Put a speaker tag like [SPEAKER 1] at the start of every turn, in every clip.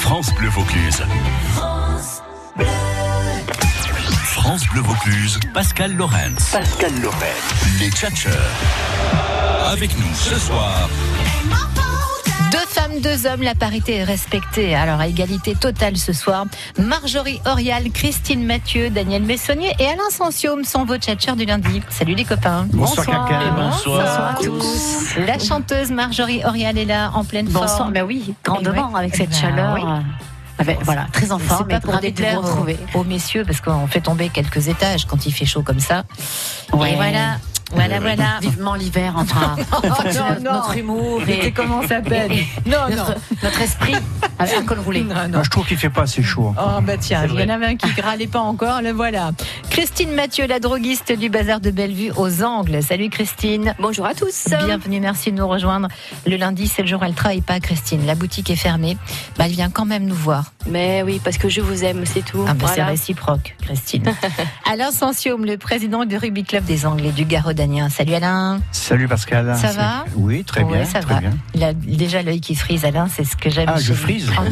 [SPEAKER 1] France Bleu Vaucluse. France Bleu. France Bleu Vaucluse, Pascal Lorenz.
[SPEAKER 2] Pascal Lorenz.
[SPEAKER 1] Les Tchatcheurs. Avec nous ce soir.
[SPEAKER 3] Deux femmes, deux hommes, la parité est respectée. Alors, à égalité totale ce soir, Marjorie Orial, Christine Mathieu, Daniel Messonnier et Alain Sensiome sont vos tchatchers du lundi. Salut les copains.
[SPEAKER 4] Bonsoir, Caca.
[SPEAKER 3] Bonsoir. Bonsoir, à tous. La chanteuse Marjorie Orial est là, Ah, en pleine
[SPEAKER 5] Bonsoir.
[SPEAKER 3] forme.
[SPEAKER 5] mais oui, grandement, avec cette chaleur.
[SPEAKER 3] Ah ben,
[SPEAKER 5] Avec- voilà, très en forme.
[SPEAKER 3] C'est pas
[SPEAKER 5] et
[SPEAKER 3] pour
[SPEAKER 5] ravi de vous
[SPEAKER 3] déplaire aux,
[SPEAKER 5] retrouver.
[SPEAKER 3] aux messieurs, parce qu'on fait tomber quelques étages quand il fait chaud comme ça.
[SPEAKER 5] Ouais. Euh,
[SPEAKER 3] Et voilà, voilà, voilà. Oh,
[SPEAKER 5] Vivement l'hiver, enfin. notre, notre humour et,
[SPEAKER 3] comment ça s'appelle Non,
[SPEAKER 5] notre, notre esprit avec alcool roulé.
[SPEAKER 4] Moi, je trouve qu'il fait pas assez chaud.
[SPEAKER 3] Oh bah tiens,
[SPEAKER 4] C'est
[SPEAKER 3] il y
[SPEAKER 4] vrai.
[SPEAKER 3] en avait un qui râlait pas encore, le voilà. Christine Mathieu, la droguiste du bazar de Bellevue aux Angles. Salut Christine.
[SPEAKER 6] Bonjour à tous.
[SPEAKER 3] Bienvenue, merci de nous rejoindre. Le lundi, c'est le jour où elle travaille pas, Christine. La boutique est fermée. Bah, elle vient quand même nous voir.
[SPEAKER 6] Mais oui, parce que je vous aime, c'est tout.
[SPEAKER 3] Ah bah, C'est
[SPEAKER 6] Voilà.
[SPEAKER 3] réciproque, Christine. Alain Sensium, le président du rugby club des Angles et du Garodanien. Salut Alain.
[SPEAKER 4] Salut Pascal.
[SPEAKER 3] Ça
[SPEAKER 4] C'est-
[SPEAKER 3] va
[SPEAKER 4] Oui, très
[SPEAKER 3] Ouais,
[SPEAKER 4] bien.
[SPEAKER 3] ça
[SPEAKER 4] très
[SPEAKER 3] va.
[SPEAKER 4] bien.
[SPEAKER 3] Il a déjà l'œil qui frise, Alain, c'est ce que j'aime.
[SPEAKER 4] Ah,
[SPEAKER 3] chez
[SPEAKER 4] je
[SPEAKER 3] lui.
[SPEAKER 4] frise.
[SPEAKER 3] Ah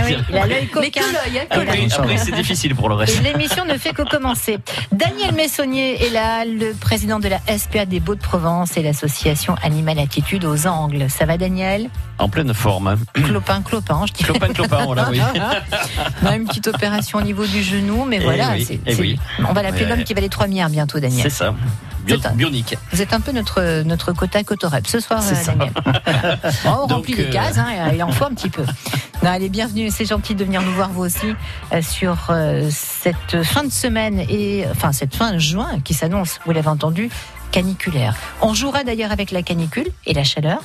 [SPEAKER 3] oui, il a l'œil
[SPEAKER 6] Mais
[SPEAKER 3] coquin.
[SPEAKER 6] que l'œil, hein, que l'œil.
[SPEAKER 7] Après,
[SPEAKER 4] Ça
[SPEAKER 7] après,
[SPEAKER 4] va.
[SPEAKER 7] c'est difficile pour le
[SPEAKER 3] Et
[SPEAKER 7] reste.
[SPEAKER 3] l'émission ne fait que commencer. Daniel Messonnier est là, le président de la SPA des Beaux de Provence et l'association Animal Attitude aux Angles. Ça va, Daniel
[SPEAKER 7] En pleine forme. hein.
[SPEAKER 3] Clopin, clopin, je dis.
[SPEAKER 7] Clopin, clopin, voilà, oui.
[SPEAKER 3] On a une petite opération au niveau du genou, mais
[SPEAKER 7] Eh
[SPEAKER 3] voilà.
[SPEAKER 7] oui,
[SPEAKER 3] c'est-
[SPEAKER 7] eh
[SPEAKER 3] c'est-
[SPEAKER 7] oui.
[SPEAKER 3] On va l'appeler
[SPEAKER 7] Ouais.
[SPEAKER 3] l'homme qui va les trois mières bientôt, Daniel.
[SPEAKER 7] C'est ça. Bio-
[SPEAKER 3] C'est un-
[SPEAKER 7] Bionique.
[SPEAKER 3] Vous êtes un peu notre, notre quota cotorep ce soir,
[SPEAKER 7] C'est
[SPEAKER 3] euh,
[SPEAKER 7] ça.
[SPEAKER 3] Daniel. Bon, on
[SPEAKER 7] Donc,
[SPEAKER 3] remplit les
[SPEAKER 7] euh,
[SPEAKER 3] cases, hein, il en faut un petit peu. Non, allez, bienvenue, c'est gentil de venir nous voir vous aussi euh, sur euh, cette fin de semaine et enfin cette fin juin qui s'annonce, vous l'avez entendu, caniculaire. On jouera d'ailleurs avec la canicule et la chaleur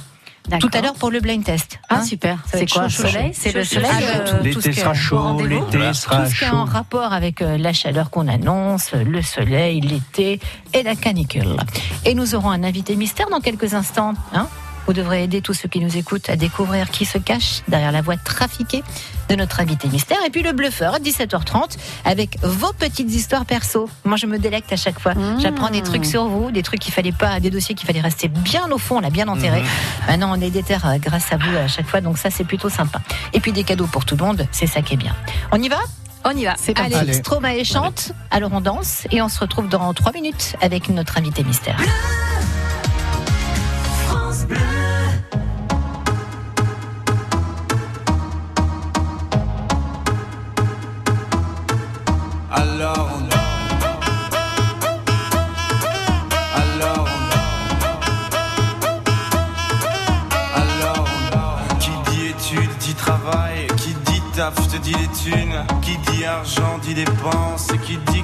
[SPEAKER 3] tout à l'heure pour le blind test.
[SPEAKER 5] Ah,
[SPEAKER 3] hein.
[SPEAKER 5] super.
[SPEAKER 3] Ça va
[SPEAKER 5] C'est
[SPEAKER 3] être
[SPEAKER 5] quoi
[SPEAKER 3] chaud,
[SPEAKER 5] le
[SPEAKER 3] chaud,
[SPEAKER 5] soleil
[SPEAKER 3] chaud.
[SPEAKER 5] C'est le
[SPEAKER 3] Chaud,
[SPEAKER 5] soleil
[SPEAKER 3] chaud,
[SPEAKER 5] euh,
[SPEAKER 3] chaud. tout ce
[SPEAKER 4] L'été
[SPEAKER 3] que-
[SPEAKER 4] sera
[SPEAKER 5] au
[SPEAKER 4] chaud,
[SPEAKER 5] rendez-vous.
[SPEAKER 4] l'été
[SPEAKER 3] tout
[SPEAKER 4] sera
[SPEAKER 3] ce qui est en
[SPEAKER 4] chaud.
[SPEAKER 3] rapport avec euh, la chaleur qu'on annonce, euh, le soleil, l'été et la canicule. Et nous aurons un invité mystère dans quelques instants. hein. Vous devrez aider tous ceux qui nous écoutent à découvrir qui se cache derrière la voix trafiquée de notre invité mystère. Et puis le bluffeur à 17h30 avec vos petites histoires perso. Moi, je me délecte à chaque fois.
[SPEAKER 6] Mmh.
[SPEAKER 3] J'apprends des trucs sur vous, des trucs qu'il fallait pas, des dossiers qu'il fallait rester bien au fond, là, bien enterré. Maintenant, on est déterre euh, grâce à vous à chaque fois. Donc ça, c'est plutôt sympa. Et puis des cadeaux pour tout le monde, c'est ça qui est bien. On y va
[SPEAKER 6] On y va.
[SPEAKER 5] C'est parti.
[SPEAKER 3] Allez,
[SPEAKER 4] Allez.
[SPEAKER 3] Stromae chante, alors on danse et on se retrouve dans 3 minutes avec notre invité mystère.
[SPEAKER 8] Alors on danse. Alors on danse. Alors on danse. Qui dit études dit travail. Qui dit taf te dit les thunes. Qui dit argent dit dépenses. Qui dit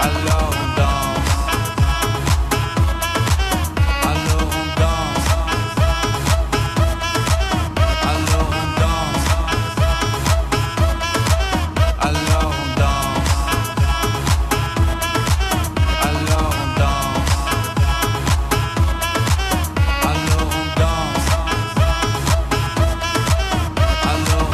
[SPEAKER 8] Alors on danse. Alors on danse. Alors on danse. Alors on danse. Alors on danse. Alors on danse. Alors on danse. Alors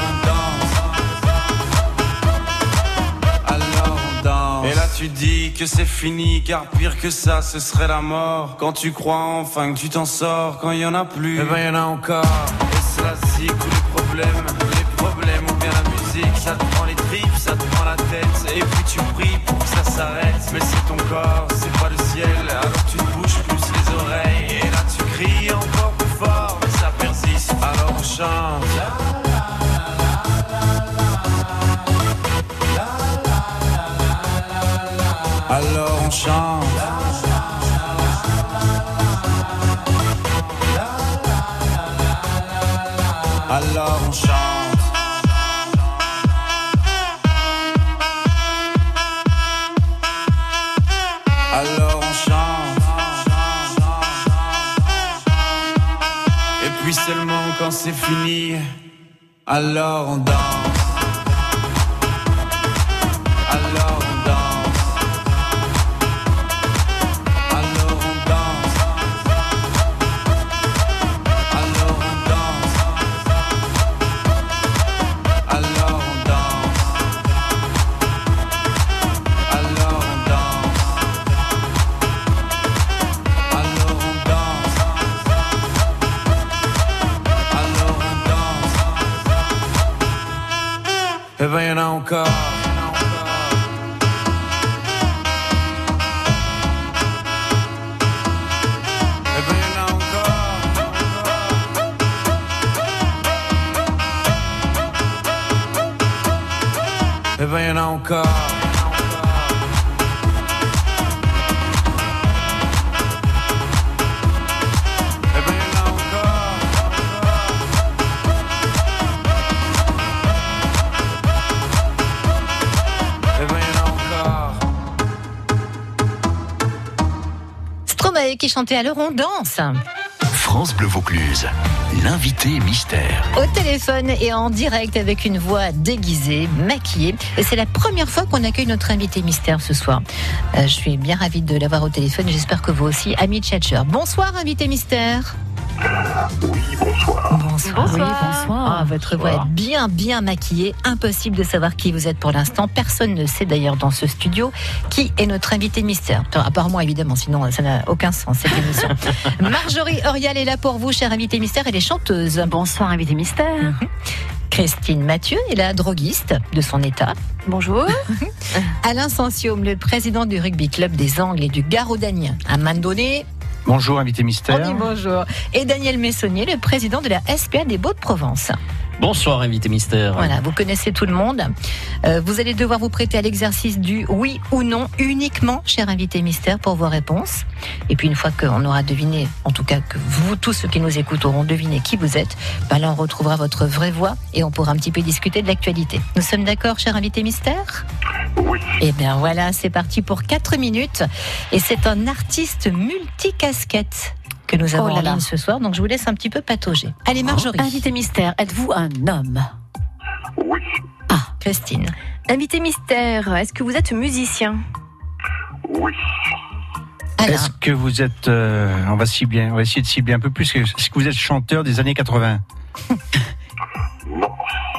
[SPEAKER 8] on danse. Et là tu dis que c'est fini, car pire que ça, ce serait la mort. Quand tu crois enfin que tu t'en sors, quand il y en a plus, eh ben il y en a encore. Et cela c'est tous les problèmes, les problèmes ou bien la musique, ça te prend les tripes, ça te prend la tête, et puis tu pries pour que ça s'arrête. Mais c'est ton corps, c'est pas le ciel, alors tu te bouges plus les oreilles, et là tu cries encore plus fort, mais ça persiste. Alors on chante. Alors on chante. Alors on chante. Alors on chante. Et puis seulement quand c'est fini, alors on danse. Eh ben y'en a encore. Eh ben y'en a encore. Eh ben y'en a encore. Eh ben y'en a encore. Eh ben y'en a encore.
[SPEAKER 3] Stromae qui chantait Alors on danse.
[SPEAKER 1] France Bleu Vaucluse, l'invité mystère.
[SPEAKER 3] Au téléphone et en direct avec une voix déguisée, maquillée. Et c'est la première fois qu'on accueille notre invité mystère ce soir. Euh, je suis bien ravie de l'avoir au téléphone. J'espère que vous aussi, ami Tchatcher. Bonsoir, invité mystère. Oui, bonsoir. Bonsoir.
[SPEAKER 5] Oui, bonsoir.
[SPEAKER 3] Ah, votre voix est bien, bien maquillée. Impossible de savoir qui vous êtes pour l'instant. Personne ne sait d'ailleurs dans ce studio qui est notre invité mystère. Enfin, à part moi, évidemment, sinon ça n'a aucun sens cette émission. Marjorie Orial est là pour vous, chère invité mystère. Elle est chanteuse.
[SPEAKER 5] Bonsoir, invité mystère.
[SPEAKER 3] Christine Mathieu est la droguiste de son état.
[SPEAKER 6] Bonjour.
[SPEAKER 3] Alain Sensium, le président du rugby club des Angles et du Garodanien. À main donnée,
[SPEAKER 4] Bonjour, invité
[SPEAKER 3] on
[SPEAKER 4] mystère.
[SPEAKER 3] dit bonjour. Et Daniel Messonnier, le président de la SPA des Beaux de Provence.
[SPEAKER 7] Bonsoir, invité mystère.
[SPEAKER 3] Voilà, vous connaissez tout le monde. Euh, vous allez devoir vous prêter à l'exercice du oui ou non uniquement, cher invité mystère, pour vos réponses. Et puis une fois qu'on aura deviné, en tout cas que vous tous ceux qui nous écoutent auront deviné qui vous êtes, ben là on retrouvera votre vraie voix et on pourra un petit peu discuter de l'actualité. Nous sommes d'accord, cher invité mystère Oui. Eh bien voilà, c'est parti pour 4 minutes. Et c'est un artiste multicasquette que nous avons
[SPEAKER 5] Oh là
[SPEAKER 3] en
[SPEAKER 5] là. Oh.
[SPEAKER 3] ligne ce soir, donc je vous laisse un petit peu patauger. Allez Marjorie.
[SPEAKER 5] Invité mystère, êtes-vous un homme Ah.
[SPEAKER 3] Christine.
[SPEAKER 6] Invité mystère, est-ce que vous êtes musicien
[SPEAKER 3] Alain.
[SPEAKER 4] Est-ce que vous êtes. euh, on, va cibler, on va essayer de cibler un peu plus. Est-ce que vous êtes chanteur des années 80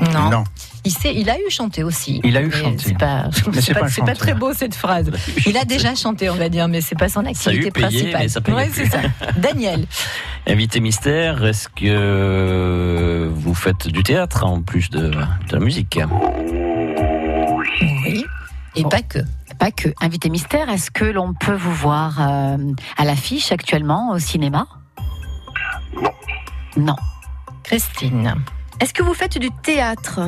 [SPEAKER 3] non. Il, sait, il a eu chanté aussi.
[SPEAKER 4] Il a eu
[SPEAKER 3] Mais
[SPEAKER 4] chanté.
[SPEAKER 3] C'est pas,
[SPEAKER 4] Mais
[SPEAKER 3] c'est
[SPEAKER 4] c'est
[SPEAKER 3] pas,
[SPEAKER 4] pas
[SPEAKER 3] c'est pas
[SPEAKER 4] chanteur.
[SPEAKER 3] très beau cette phrase. Il a déjà chanté, on va dire, mais c'est pas son
[SPEAKER 7] Ça a eu
[SPEAKER 3] activité
[SPEAKER 7] payé,
[SPEAKER 3] principale.
[SPEAKER 7] mais ça payait
[SPEAKER 3] Ouais,
[SPEAKER 7] plus.
[SPEAKER 3] c'est ça. Daniel,
[SPEAKER 7] Invité mystère, est-ce que vous faites du théâtre en plus de, de la musique
[SPEAKER 3] oui, et
[SPEAKER 5] Bon.
[SPEAKER 3] pas que.
[SPEAKER 5] Pas que. Invité mystère, est-ce que l'on peut vous voir euh, à l'affiche actuellement au cinéma Non.
[SPEAKER 3] Christine
[SPEAKER 6] Est-ce que vous faites du théâtre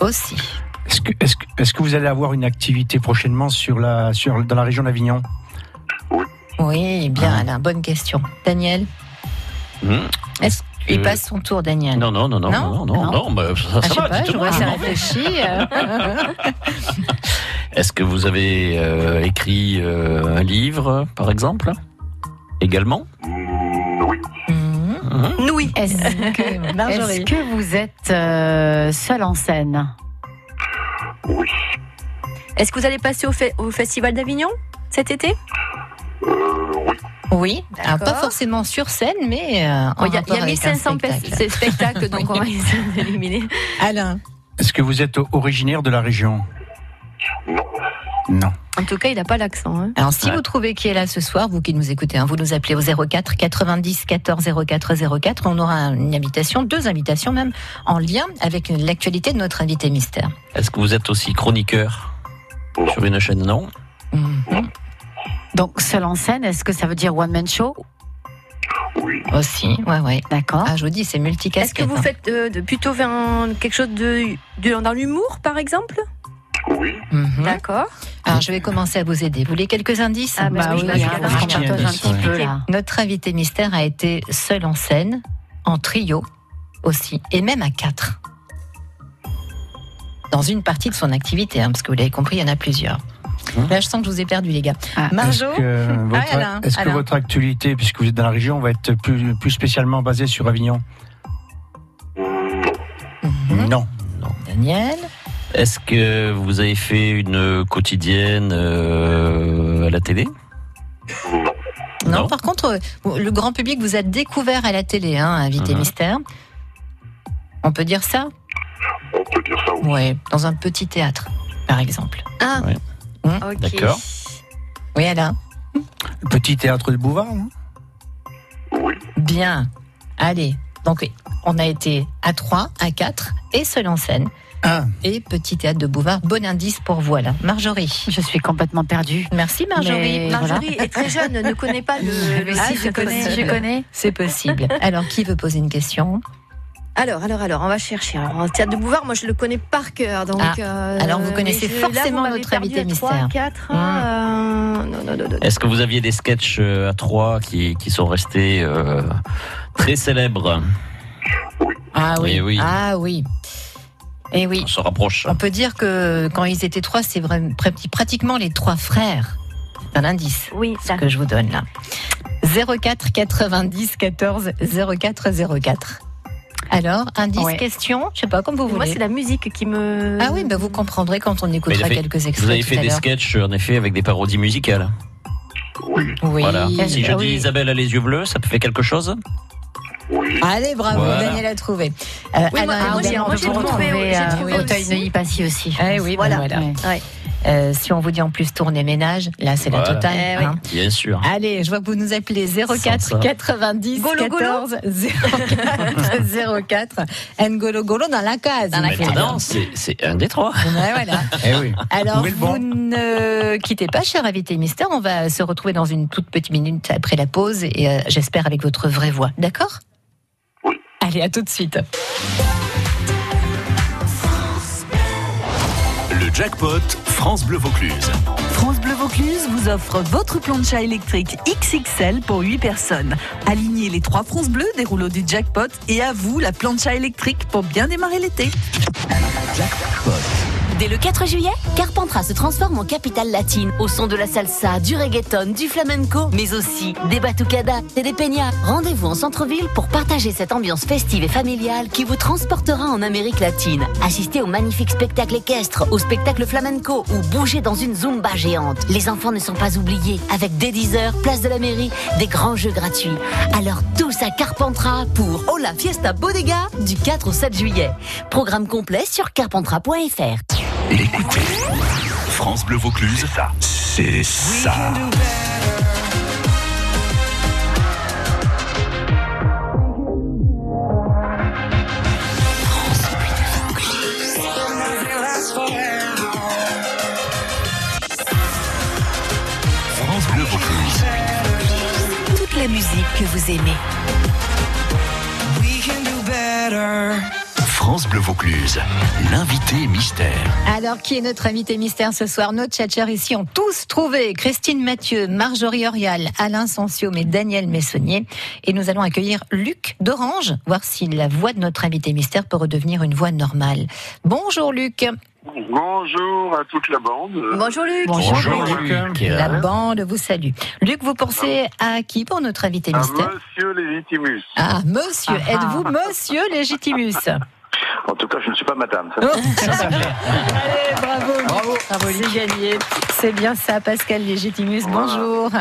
[SPEAKER 3] aussi.
[SPEAKER 4] Est-ce que, est-ce que- est-ce que vous allez avoir une activité prochainement sur la, sur, dans la région d'Avignon
[SPEAKER 3] Oui, bien, Alain, bonne question. Daniel,
[SPEAKER 7] Hmm
[SPEAKER 3] Est-ce- il
[SPEAKER 7] Euh,
[SPEAKER 3] passe son tour, Daniel.
[SPEAKER 7] Non, non, non, non, non,
[SPEAKER 3] Non
[SPEAKER 7] non, non,
[SPEAKER 5] Non.
[SPEAKER 7] mais ça,
[SPEAKER 3] Ah,
[SPEAKER 7] ça
[SPEAKER 3] je sais
[SPEAKER 7] va,
[SPEAKER 3] pas, je
[SPEAKER 7] dites-moi.
[SPEAKER 3] vois, ça réfléchit. euh.
[SPEAKER 7] Est-ce que vous avez euh, écrit euh, un livre, par exemple Également
[SPEAKER 3] Mhm.
[SPEAKER 7] Mhm.
[SPEAKER 6] Oui.
[SPEAKER 5] Est-ce
[SPEAKER 3] Que
[SPEAKER 5] est-ce
[SPEAKER 3] Marjorie.
[SPEAKER 5] que vous êtes euh, seul en scène
[SPEAKER 6] Est-ce que vous allez passer au, fe- au Festival d'Avignon cet été
[SPEAKER 3] Oui, alors, pas
[SPEAKER 6] D'accord.
[SPEAKER 3] forcément sur scène, mais euh, en
[SPEAKER 6] Oh, Il y a- il
[SPEAKER 3] rapport
[SPEAKER 6] y a,
[SPEAKER 3] avec un
[SPEAKER 6] 1500 pe-
[SPEAKER 3] spectacle.
[SPEAKER 6] c'est spectacles, donc on va essayer d'éliminer.
[SPEAKER 3] Alain,
[SPEAKER 4] Est-ce que vous êtes originaire de la région Non. Non.
[SPEAKER 6] En tout cas, il n'a pas l'accent. hein.
[SPEAKER 3] Alors, si
[SPEAKER 7] Ouais.
[SPEAKER 3] vous trouvez qui est là ce soir, vous qui nous écoutez, hein, vous nous appelez au 04 90 14 04 04. On aura une invitation, deux invitations même, en lien avec l'actualité de notre invité mystère.
[SPEAKER 7] Est-ce que vous êtes aussi chroniqueur sur une chaîne Non
[SPEAKER 3] Mhm.
[SPEAKER 5] Donc seul en scène, est-ce que ça veut dire one man show
[SPEAKER 3] Aussi, ouais, ouais.
[SPEAKER 5] D'accord.
[SPEAKER 3] Ah, je vous dis, c'est
[SPEAKER 6] Est-ce
[SPEAKER 3] multicasquette.
[SPEAKER 6] que vous
[SPEAKER 3] hein.
[SPEAKER 6] faites euh, de- plutôt vers un- quelque chose de, de- dans l'humour, par exemple
[SPEAKER 3] Mhm.
[SPEAKER 6] D'accord.
[SPEAKER 3] Alors, je vais commencer à vous aider. Vous voulez quelques indices
[SPEAKER 6] Ah, bah
[SPEAKER 5] Bah
[SPEAKER 6] oui,
[SPEAKER 5] oui,
[SPEAKER 6] parce
[SPEAKER 5] hein,
[SPEAKER 6] que
[SPEAKER 5] parce qu'on
[SPEAKER 4] Martin
[SPEAKER 5] partage un
[SPEAKER 4] Anderson,
[SPEAKER 5] petit peu
[SPEAKER 6] ouais.
[SPEAKER 5] là.
[SPEAKER 3] Notre invité mystère a été seul en scène, en trio aussi, et même à quatre. Dans une partie de son activité, hein, parce que vous l'avez compris, il y en a plusieurs.
[SPEAKER 7] Hein
[SPEAKER 3] Là, je sens que je vous ai perdu, les gars.
[SPEAKER 5] Ah,
[SPEAKER 3] Marjo
[SPEAKER 4] Est-ce que, votre,
[SPEAKER 3] Alain,
[SPEAKER 4] est-ce que
[SPEAKER 3] Alain.
[SPEAKER 4] votre actualité, puisque vous êtes dans la région, va être plus, plus spécialement basée sur Avignon
[SPEAKER 3] Mhm.
[SPEAKER 4] Non.
[SPEAKER 3] Daniel.
[SPEAKER 7] Est-ce que vous avez fait une quotidienne euh, à la télé
[SPEAKER 3] Non,
[SPEAKER 7] Non.
[SPEAKER 3] par contre, euh, bon, le grand public vous a découvert à la télé, hein, invité
[SPEAKER 7] Mhm.
[SPEAKER 3] mystère. On peut dire ça On peut dire ça, oui. Ouais, dans un petit théâtre, par exemple.
[SPEAKER 6] Ah,
[SPEAKER 7] Ouais.
[SPEAKER 6] ok.
[SPEAKER 7] D'accord.
[SPEAKER 3] Oui, Alain
[SPEAKER 4] hein Petit théâtre de Bouvard, non
[SPEAKER 3] Bien. Allez. Donc, On a été à 3, à 4 et seul en scène.
[SPEAKER 4] Ah.
[SPEAKER 3] Et petit théâtre de Bouvard, bon indice pour voilà. Marjorie.
[SPEAKER 5] Je suis complètement perdue.
[SPEAKER 3] Merci Marjorie.
[SPEAKER 5] Mais- Et
[SPEAKER 6] Marjorie est très jeune, ne connaît pas le, le
[SPEAKER 3] Ah,
[SPEAKER 6] site
[SPEAKER 3] je
[SPEAKER 6] comme
[SPEAKER 3] connais,
[SPEAKER 6] ça.
[SPEAKER 3] je
[SPEAKER 5] connais.
[SPEAKER 3] C'est possible. Alors qui veut poser une question
[SPEAKER 6] Alors, alors, alors, on va chercher. Alors, en théâtre de Bouvard, moi, je le connais par cœur. Donc,
[SPEAKER 3] Ah,
[SPEAKER 6] euh,
[SPEAKER 3] alors, vous
[SPEAKER 6] mais
[SPEAKER 3] connaissez
[SPEAKER 6] je-
[SPEAKER 3] forcément
[SPEAKER 6] là, vous m'avez
[SPEAKER 3] notre
[SPEAKER 6] perdu
[SPEAKER 3] invité
[SPEAKER 6] à trois,
[SPEAKER 3] mystère.
[SPEAKER 6] quatre,
[SPEAKER 3] Mm.
[SPEAKER 6] euh, non, non, non, non.
[SPEAKER 7] Est-ce que vous aviez des sketchs euh, à trois qui, qui sont restés euh, très célèbres
[SPEAKER 3] Ah oui.
[SPEAKER 7] Eh oui.
[SPEAKER 3] Ah oui. Et oui.
[SPEAKER 7] On se rapproche.
[SPEAKER 3] On peut dire que quand ils étaient trois, c'est vraiment- pratiquement les trois frères. C'est un indice.
[SPEAKER 6] Oui,
[SPEAKER 3] ce que je vous donne là. 04 90 14 04 04. Alors, indice,
[SPEAKER 5] Ouais.
[SPEAKER 3] question, je sais pas, comme vous
[SPEAKER 6] Moi,
[SPEAKER 3] voulez.
[SPEAKER 6] c'est la musique qui me.
[SPEAKER 3] Ah oui, bah vous comprendrez quand on
[SPEAKER 7] Mais il
[SPEAKER 3] écoutera
[SPEAKER 7] a fait-
[SPEAKER 3] quelques extraits.
[SPEAKER 7] Vous avez
[SPEAKER 3] tout
[SPEAKER 7] fait
[SPEAKER 3] à
[SPEAKER 7] des
[SPEAKER 3] l'heure.
[SPEAKER 7] sketchs, en effet, avec des parodies musicales.
[SPEAKER 3] Oui.
[SPEAKER 7] Voilà. Si je
[SPEAKER 3] Ah
[SPEAKER 7] dis
[SPEAKER 3] oui.
[SPEAKER 7] Isabelle a les yeux bleus, ça fait quelque chose
[SPEAKER 3] Allez, bravo,
[SPEAKER 7] Voilà.
[SPEAKER 3] Daniel a trouvé. Euh,
[SPEAKER 6] Oui, moi,
[SPEAKER 3] Alain
[SPEAKER 6] moi, j'ai-
[SPEAKER 3] Ardern,
[SPEAKER 6] moi,
[SPEAKER 3] on
[SPEAKER 6] j'ai
[SPEAKER 3] peut
[SPEAKER 6] trouvé,
[SPEAKER 3] retrouver,
[SPEAKER 6] oui, j'ai
[SPEAKER 3] euh,
[SPEAKER 6] trouvé
[SPEAKER 3] oui.
[SPEAKER 5] Auteuil-Neuilly-Passy aussi. je
[SPEAKER 3] Eh
[SPEAKER 5] pense.
[SPEAKER 3] oui, ben voilà.
[SPEAKER 5] Ouais.
[SPEAKER 3] Euh, si on vous dit en plus tourner ménage, là c'est la
[SPEAKER 7] Voilà.
[SPEAKER 3] totale.
[SPEAKER 6] Eh oui.
[SPEAKER 3] hein.
[SPEAKER 7] Bien sûr.
[SPEAKER 3] Allez, je vois que vous nous appelez
[SPEAKER 7] Sans ça.
[SPEAKER 3] 04 90
[SPEAKER 6] Golo, golo.
[SPEAKER 3] 14 04 04 N'Golo Golo dans la case. Dans
[SPEAKER 7] Maintenant, c'est c'est un des trois.
[SPEAKER 3] voilà.
[SPEAKER 4] Eh oui.
[SPEAKER 3] Alors,
[SPEAKER 4] Où est le
[SPEAKER 3] vous
[SPEAKER 4] banc
[SPEAKER 3] ne quittez pas, cher invité mystère. On va se retrouver dans une toute petite minute après la pause et euh, j'espère avec votre vraie voix. D'accord Allez, à tout de suite.
[SPEAKER 1] Le jackpot France Bleu Vaucluse.
[SPEAKER 2] France Bleu Vaucluse vous offre votre plancha électrique XXL pour 8 personnes. Alignez les trois fronces bleues des rouleaux du jackpot et à vous la plancha électrique pour bien démarrer l'été.
[SPEAKER 9] Dès le 4 juillet, Carpentras se transforme en capitale latine au son de la salsa, du reggaeton, du flamenco, mais aussi des batucadas et des peñas. Rendez-vous en centre-ville pour partager cette ambiance festive et familiale qui vous transportera en Amérique latine. Assistez au magnifique spectacle équestre, au spectacle flamenco ou bouger dans une zumba géante. Les enfants ne sont pas oubliés avec des 10 heures, place de la mairie, des grands jeux gratuits. Alors tous à Carpentras pour Ola Fiesta Bodega du 4 au 7 juillet. Programme complet sur carpentras.fr.
[SPEAKER 1] L'écoutez. France Bleu Vaucluse, c'est ça. France Bleu Vaucluse.
[SPEAKER 9] toute la musique que vous aimez.
[SPEAKER 1] France Bleu Vaucluse, l'invité mystère.
[SPEAKER 3] Alors, qui est notre invité mystère ce soir Nos tchatchers ici ont tous trouvé Christine Mathieu, Marjorie Orial, Alain Sansiome et Daniel Messonnier. Et nous allons accueillir Luc d'Orange, voir si la voix de notre invité mystère peut redevenir une voix normale. Bonjour Luc.
[SPEAKER 10] Bonjour à toute la bande.
[SPEAKER 6] Bonjour Luc.
[SPEAKER 5] Bonjour.
[SPEAKER 7] Luc.
[SPEAKER 3] La bande vous salue. Luc, vous pensez à qui pour notre invité
[SPEAKER 10] À
[SPEAKER 3] mystère
[SPEAKER 10] Monsieur Légitimus.
[SPEAKER 3] Ah, monsieur,
[SPEAKER 5] Ah, ah.
[SPEAKER 3] êtes-vous monsieur légitimus
[SPEAKER 10] En tout cas, je ne suis pas madame.
[SPEAKER 3] Oh. Allez, bravo, bravo, c'est gagné. C'est bien ça, Pascal Légitimus,
[SPEAKER 10] Voilà.
[SPEAKER 3] bonjour.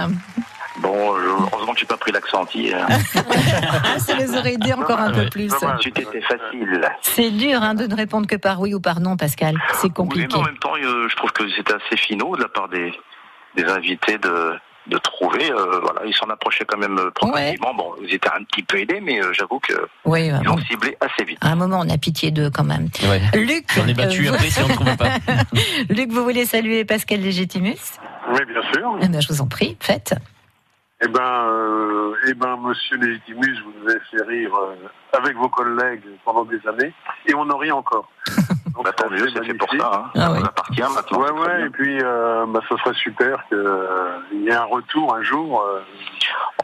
[SPEAKER 10] Bon, euh, heureusement que j'ai pas pris l'accent hier.
[SPEAKER 3] Ah, ça les aurait aidés encore un peu plus.
[SPEAKER 10] Ensuite, c'était facile.
[SPEAKER 3] C'est dur hein, de ne répondre que par oui ou par non, Pascal. C'est
[SPEAKER 10] Oui, mais
[SPEAKER 3] compliqué.
[SPEAKER 10] en même temps, euh, je trouve que c'était assez finaux de la part des, des invités de, de trouver. euh, voilà, ils s'en approchaient quand même euh, progressivement. Bon, ils étaient un petit peu aidés, mais euh, j'avoue qu'ils
[SPEAKER 3] Oui, bah,
[SPEAKER 10] ont
[SPEAKER 3] bon.
[SPEAKER 10] ciblé assez vite.
[SPEAKER 3] à un moment, on a pitié d'eux quand même.
[SPEAKER 7] Ouais.
[SPEAKER 3] Luc,
[SPEAKER 7] J'en ai battu
[SPEAKER 3] euh,
[SPEAKER 7] après si on ne trouve pas.
[SPEAKER 3] vous- Luc, vous voulez saluer Pascal Légitimus
[SPEAKER 10] Oui, bien sûr.
[SPEAKER 3] Ah ben, Je vous en prie, faites.
[SPEAKER 10] Eh ben, euh, eh ben, Monsieur Légitimus, vous nous avez fait rire euh, avec vos collègues pendant des années, et on en rit encore. Donc,
[SPEAKER 8] Bah, Tant mieux, c'est fait pour ça. hein.
[SPEAKER 3] Ah ouais.
[SPEAKER 8] On appartient maintenant.
[SPEAKER 10] Ouais,
[SPEAKER 8] c'est très
[SPEAKER 10] ouais, et
[SPEAKER 8] bien.
[SPEAKER 10] puis, euh, bah, ça serait super qu'il y ait un retour un jour. euh,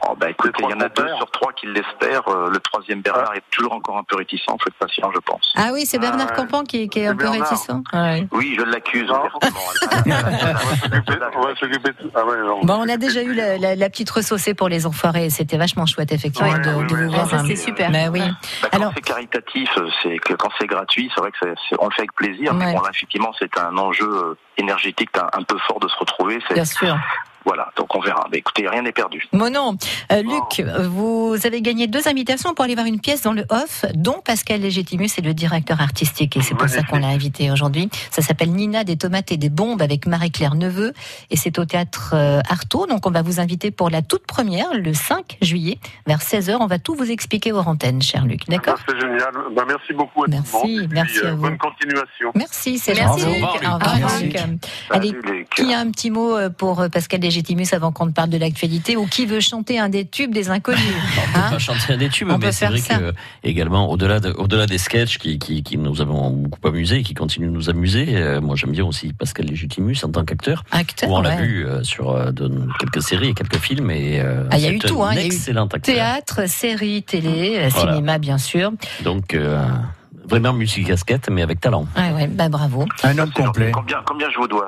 [SPEAKER 8] Oh, bah, écoutez, il y en a
[SPEAKER 10] Trois
[SPEAKER 8] deux
[SPEAKER 10] compères.
[SPEAKER 8] sur trois qui l'espèrent. Euh, Le troisième, Bernard, est toujours encore un peu réticent. Faut être patient, je pense.
[SPEAKER 3] Ah oui, c'est Bernard
[SPEAKER 10] Ah,
[SPEAKER 3] Campan qui, qui est
[SPEAKER 10] c'est
[SPEAKER 3] un peu
[SPEAKER 10] Bernard.
[SPEAKER 3] réticent. Ouais.
[SPEAKER 8] Oui, je l'accuse.
[SPEAKER 10] Non.
[SPEAKER 8] ouvertement.
[SPEAKER 10] on va s'occuper de tout. Ah ouais, on-
[SPEAKER 3] Bon, on a déjà eu la, la- la petite ressaucée pour les enfoirés. et C'était vachement chouette, effectivement,
[SPEAKER 10] Ouais,
[SPEAKER 3] de,
[SPEAKER 10] ouais,
[SPEAKER 3] de vous
[SPEAKER 10] ouais.
[SPEAKER 3] voir.
[SPEAKER 6] ça,
[SPEAKER 3] hein.
[SPEAKER 6] c'est super.
[SPEAKER 3] Bah oui.
[SPEAKER 8] Bah, quand
[SPEAKER 3] Alors-
[SPEAKER 8] c'est caritatif, euh, c'est que quand c'est gratuit, c'est vrai que c'est- c'est- on le fait avec plaisir. Mais
[SPEAKER 3] Ouais.
[SPEAKER 8] bon, là, effectivement, c'est un enjeu euh, énergétique un, un peu fort de se retrouver. C'est
[SPEAKER 3] Bien sûr.
[SPEAKER 10] Voilà, donc on verra. Mais écoutez, rien n'est perdu.
[SPEAKER 3] Monon, euh, Luc, vous avez gagné deux invitations pour aller voir une pièce dans le off, dont Pascal Légitimus est le directeur artistique, et c'est pour ça qu'on l'a invité aujourd'hui. Ça s'appelle Nina des tomates et des bombes avec Marie-Claire Neveu, et c'est au théâtre euh, Artaud. Donc on va vous inviter pour la toute première, le 5 juillet, vers 16h. On va tout vous expliquer hors antenne, cher Luc. D'accord
[SPEAKER 11] C'est génial. Bah, merci beaucoup à
[SPEAKER 3] Merci,
[SPEAKER 11] tout le monde. Et puis,
[SPEAKER 3] merci à
[SPEAKER 11] euh,
[SPEAKER 3] vous.
[SPEAKER 11] Bonne continuation.
[SPEAKER 3] Merci, c'est
[SPEAKER 11] Merci,
[SPEAKER 3] gentil.
[SPEAKER 11] Luc.
[SPEAKER 3] Au revoir,
[SPEAKER 11] Merci.
[SPEAKER 3] Luc.
[SPEAKER 11] Salut,
[SPEAKER 3] Allez,
[SPEAKER 11] Luc.
[SPEAKER 3] qui a un petit mot euh, pour euh, Pascal Légitimus avant qu'on ne parle de l'actualité ou qui veut chanter un des tubes des inconnus
[SPEAKER 7] On peut pas chanter un des tubes,
[SPEAKER 3] Hein On peut
[SPEAKER 7] mais c'est
[SPEAKER 3] faire
[SPEAKER 7] vrai
[SPEAKER 3] ça.
[SPEAKER 7] que également au-delà de- au-delà des sketchs qui, qui, qui nous avons beaucoup amusés et qui continuent de nous amuser, euh, moi j'aime bien aussi Pascal Légitimus en tant qu'acteur.
[SPEAKER 3] Acteur,
[SPEAKER 7] où on l'a
[SPEAKER 3] ouais.
[SPEAKER 7] vu euh, sur euh, de- quelques séries et quelques films et euh,
[SPEAKER 3] Ah, il y a eu
[SPEAKER 7] c'est
[SPEAKER 3] tout,
[SPEAKER 7] un
[SPEAKER 3] hein, il y a eu
[SPEAKER 7] excellent acteur.
[SPEAKER 3] Théâtre, série, télé, euh,
[SPEAKER 7] Voilà.
[SPEAKER 3] cinéma, bien sûr.
[SPEAKER 7] Donc euh, vraiment musique casquette mais avec talent.
[SPEAKER 3] Ouais, ouais, bah, bravo.
[SPEAKER 7] Un homme complet.
[SPEAKER 10] Combien, combien je vous dois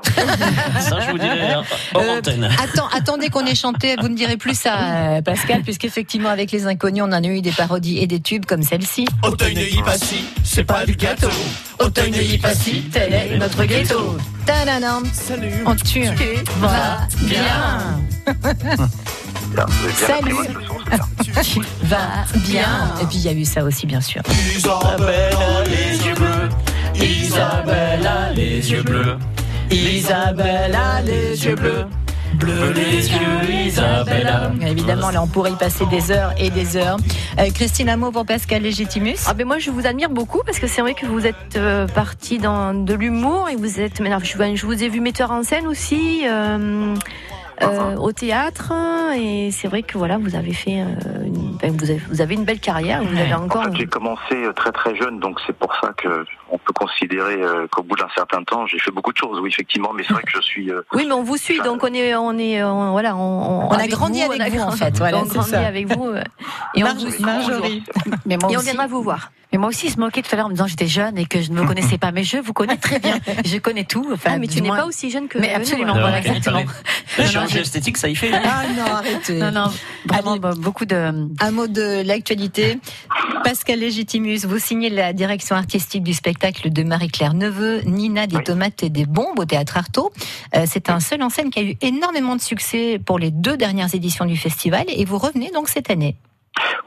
[SPEAKER 7] Ça je vous dirai hein, hors
[SPEAKER 3] Euh,
[SPEAKER 7] antenne.
[SPEAKER 3] Attends, attendez qu'on ait chanté, vous ne direz plus ça, euh, Pascal, puisqu'effectivement, avec les inconnus, on en a eu des parodies et des tubes comme celle-ci.
[SPEAKER 12] Auteuil-Neuilly-Passy, c'est pas du gâteau. Auteuil-Neuilly-Passy, tel est notre ghetto.
[SPEAKER 3] Tadadam. On tue. Va bien. Salut. Tu vas bien. Et puis il y a eu ça aussi, bien sûr.
[SPEAKER 12] Isabelle a les yeux bleus. Isabelle a les yeux bleus. Isabelle a les yeux bleus. Bleu les yeux, Isabelle.
[SPEAKER 3] Évidemment, là, on pourrait y passer des heures et des heures. Euh, Christine, un mot pour Pascal Légitimus
[SPEAKER 6] Ah ben moi je vous admire beaucoup parce que c'est vrai que vous êtes euh, parti dans de l'humour et vous êtes maintenant je, vous- je vous ai vu metteur en scène aussi euh, euh, au théâtre et c'est vrai que voilà vous avez fait euh, une, ben, vous, avez, vous avez une belle
[SPEAKER 3] Ah,
[SPEAKER 6] carrière et vous avez encore
[SPEAKER 10] En fait, j'ai commencé euh, très très jeune, donc c'est pour ça que on peut considérer euh, qu'au bout d'un certain temps, j'ai fait beaucoup de choses. Oui, effectivement, mais c'est vrai que je suis. euh,
[SPEAKER 6] oui mais on vous suit donc on est on est on- voilà on,
[SPEAKER 3] On a grandi avec vous, en fait, voilà,
[SPEAKER 6] on
[SPEAKER 3] c'est
[SPEAKER 6] grandit
[SPEAKER 3] ça.
[SPEAKER 6] avec vous euh, et on vous suit toujours.
[SPEAKER 5] Mais moi
[SPEAKER 6] Et on
[SPEAKER 5] aussi-
[SPEAKER 6] viendra vous voir.
[SPEAKER 5] Mais moi aussi, il se moquait tout à l'heure en me disant j'étais jeune et que je ne me connaissais pas. Mais je vous connais très bien. Je connais tout. Enfin,
[SPEAKER 6] Ah, mais tu
[SPEAKER 5] du
[SPEAKER 6] n'es
[SPEAKER 5] moins-
[SPEAKER 6] pas aussi jeune que
[SPEAKER 5] Mais
[SPEAKER 6] Benoît.
[SPEAKER 5] absolument,
[SPEAKER 7] Alors,
[SPEAKER 5] voilà,
[SPEAKER 7] qu'elle y
[SPEAKER 5] exactement.
[SPEAKER 7] parlait. La chirurgie esthétique ça y fait.
[SPEAKER 3] Ah non, arrêtez.
[SPEAKER 5] Non, non, vraiment bah, beaucoup de.
[SPEAKER 3] Un mot de l'actualité. Pascal Légitimus, vous signez la direction artistique du spectacle de Marie-Claire Neveu, Nina des tomates et des bombes au théâtre Artaud. Euh, C'est un seul en scène qui a eu énormément de succès pour les deux dernières éditions du festival et vous revenez donc cette année.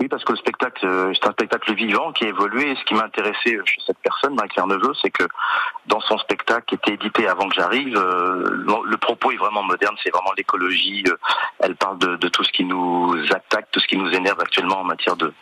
[SPEAKER 10] Oui, parce que le spectacle, euh, c'est un spectacle vivant qui a évolué. Et ce qui m'a intéressé euh, chez cette personne, Marie-Claire Neveu, c'est que dans son spectacle qui était édité avant que j'arrive, euh, le- le propos est vraiment moderne, c'est vraiment l'écologie. euh, elle parle de, de tout ce qui nous attaque, tout ce qui nous énerve actuellement en matière de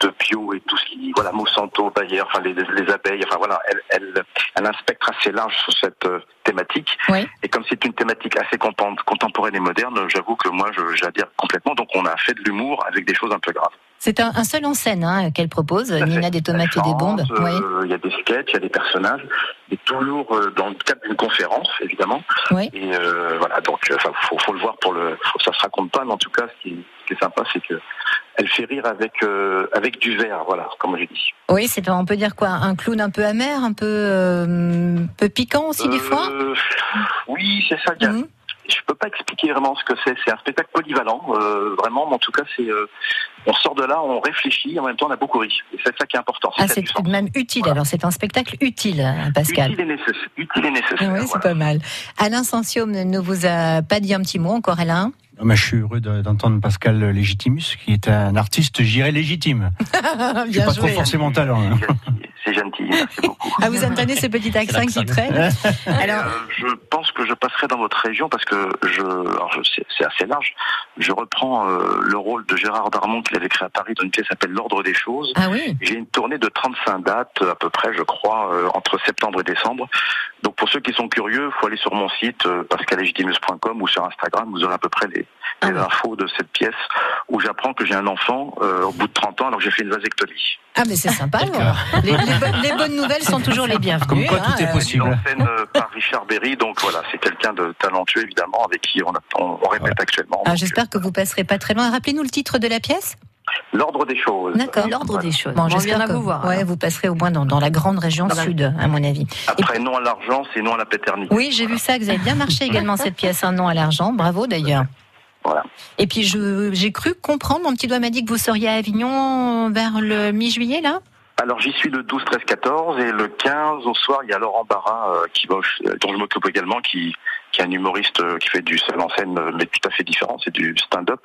[SPEAKER 10] de bio et tout ce qui voilà Monsanto, Bayer, enfin les, les abeilles, enfin voilà, elle, elle, elle a un spectre assez large sur cette euh, thématique. Et comme c'est une thématique assez contem- contemporaine et moderne, j'avoue que moi je- j'adhère complètement. Donc on a fait de l'humour avec des choses un peu graves.
[SPEAKER 3] C'est un, un seul en scène hein, qu'elle propose, Nina des tomates et des bombes.
[SPEAKER 10] Euh, Il y a des sketchs, il y a des personnages, et toujours euh, dans le cadre d'une conférence, évidemment. Et euh, voilà, donc il faut, faut le voir pour le. Faut, ça se raconte pas, mais en tout cas, ce qui, ce qui est sympa, c'est que elle fait rire avec euh, avec du verre, voilà, comme j'ai dit.
[SPEAKER 3] Oui, c'est on peut dire quoi Un clown un peu amer, un peu, euh, peu piquant aussi des fois Mhm.
[SPEAKER 10] Euh, Oui, c'est ça. il y a- Je peux pas expliquer vraiment ce que c'est. C'est un spectacle polyvalent, euh, vraiment. Mais en tout cas, c'est euh, on sort de là, on réfléchit, et en même temps, on a beaucoup ri. Et c'est ça qui est important.
[SPEAKER 3] Ah, c'est tout de même utile. Alors, c'est un spectacle utile, hein, Pascal.
[SPEAKER 10] Utile et nécessaire. Utile et nécessaire.
[SPEAKER 3] Oui, c'est pas mal. Alain Sensium ne vous a pas dit un petit mot encore, Alain
[SPEAKER 4] Non, mais je suis heureux de- d'entendre Pascal Légitimus, qui est un artiste, je dirais, légitime. Je
[SPEAKER 3] Bien
[SPEAKER 4] pas trop forcé mon talent. hein.
[SPEAKER 10] C'est gentil.
[SPEAKER 3] Ah, vous entendez ce petit accent qui traîne
[SPEAKER 10] Euh, je pense que je passerai dans votre région parce que je, alors je- c'est- c'est assez large. Je reprends euh, le rôle de Gérard Darmon qu'il avait créé à Paris dans une pièce qui s'appelle L'Ordre des choses.
[SPEAKER 3] Ah oui.
[SPEAKER 10] J'ai une tournée de 35 dates à peu près, je crois, euh, entre septembre et décembre. Donc pour ceux qui sont curieux, faut aller sur mon site euh, pascallegitimus.com ou sur Instagram. Vous aurez à peu près les, les
[SPEAKER 3] Ah
[SPEAKER 10] infos de cette pièce où j'apprends que j'ai un enfant euh, au bout de 30 ans alors que j'ai fait une vasectomie.
[SPEAKER 3] Ah, mais c'est sympa, alors. les, les bonnes- les bonnes nouvelles sont toujours les bienvenues. hein, euh,
[SPEAKER 10] Mise Ah, en scène euh, par Richard Berry, donc voilà, c'est quelqu'un de talentueux évidemment avec qui on, on- on répète actuellement.
[SPEAKER 3] ah, J'espère que vous passerez pas très loin. Rappelez-nous le titre de la pièce.
[SPEAKER 10] L'ordre des choses.
[SPEAKER 3] D'accord.
[SPEAKER 10] Voilà.
[SPEAKER 3] Bon, j'espère que ouais, vous passerez au moins dans, dans la grande région
[SPEAKER 10] Dans la-
[SPEAKER 3] sud, à mon avis.
[SPEAKER 10] Après, non à l'argent, c'est non à la paternité.
[SPEAKER 3] Oui, j'ai vu ça, que vous avez bien marché également cette pièce, un nom à l'argent, bravo d'ailleurs. Et puis je- j'ai cru comprendre, mon petit doigt m'a dit que vous seriez à Avignon vers le mi-juillet là
[SPEAKER 10] Alors j'y suis le 12, 13, 14 et le 15 au soir, il y a Laurent Barra euh, qui va, au- euh, dont je m'occupe également, qui, qui est un humoriste euh, qui fait du seul en scène, euh, mais tout à fait différent, c'est du stand-up.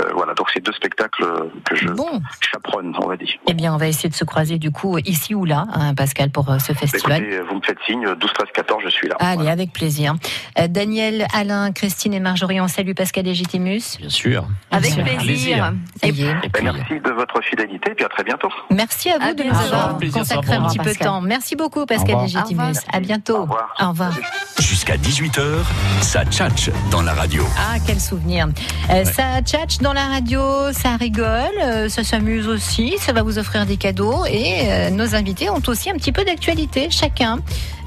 [SPEAKER 10] Euh, voilà, donc c'est deux spectacles euh, que je
[SPEAKER 3] Bon.
[SPEAKER 10] chaperonne, on va dire.
[SPEAKER 3] Eh bien, on va essayer de se croiser du coup ici ou là, hein, Pascal, pour euh, ce festival.
[SPEAKER 10] Écoutez, vous me faites signe, 12, 13, 14, je suis là.
[SPEAKER 3] Allez, avec plaisir. Euh, Daniel, Alain, Christine et Marjorie, on salue Pascal Légitimus.
[SPEAKER 7] Bien sûr.
[SPEAKER 3] Avec
[SPEAKER 10] Avec plaisir.
[SPEAKER 3] Ça y est.
[SPEAKER 10] Eh ben, merci de votre fidélité, et puis à très bientôt.
[SPEAKER 3] Merci à vous de nous
[SPEAKER 10] bientôt.
[SPEAKER 3] avoir
[SPEAKER 10] Un plaisir, au
[SPEAKER 3] consacré un
[SPEAKER 10] revoir,
[SPEAKER 3] petit peu de
[SPEAKER 10] Pascal.
[SPEAKER 3] temps. Merci beaucoup,
[SPEAKER 10] Au
[SPEAKER 3] Pascal
[SPEAKER 10] revoir. Au
[SPEAKER 3] Légitimus.
[SPEAKER 10] revoir.
[SPEAKER 3] À bientôt. Au revoir.
[SPEAKER 1] Jusqu'à 18h, ça tchatche dans la radio.
[SPEAKER 3] Ah, quel souvenir. Euh, Ça tchatche dans la radio, ça rigole, euh, ça s'amuse aussi, ça va vous offrir des cadeaux et euh, nos invités ont aussi un petit peu d'actualité, chacun.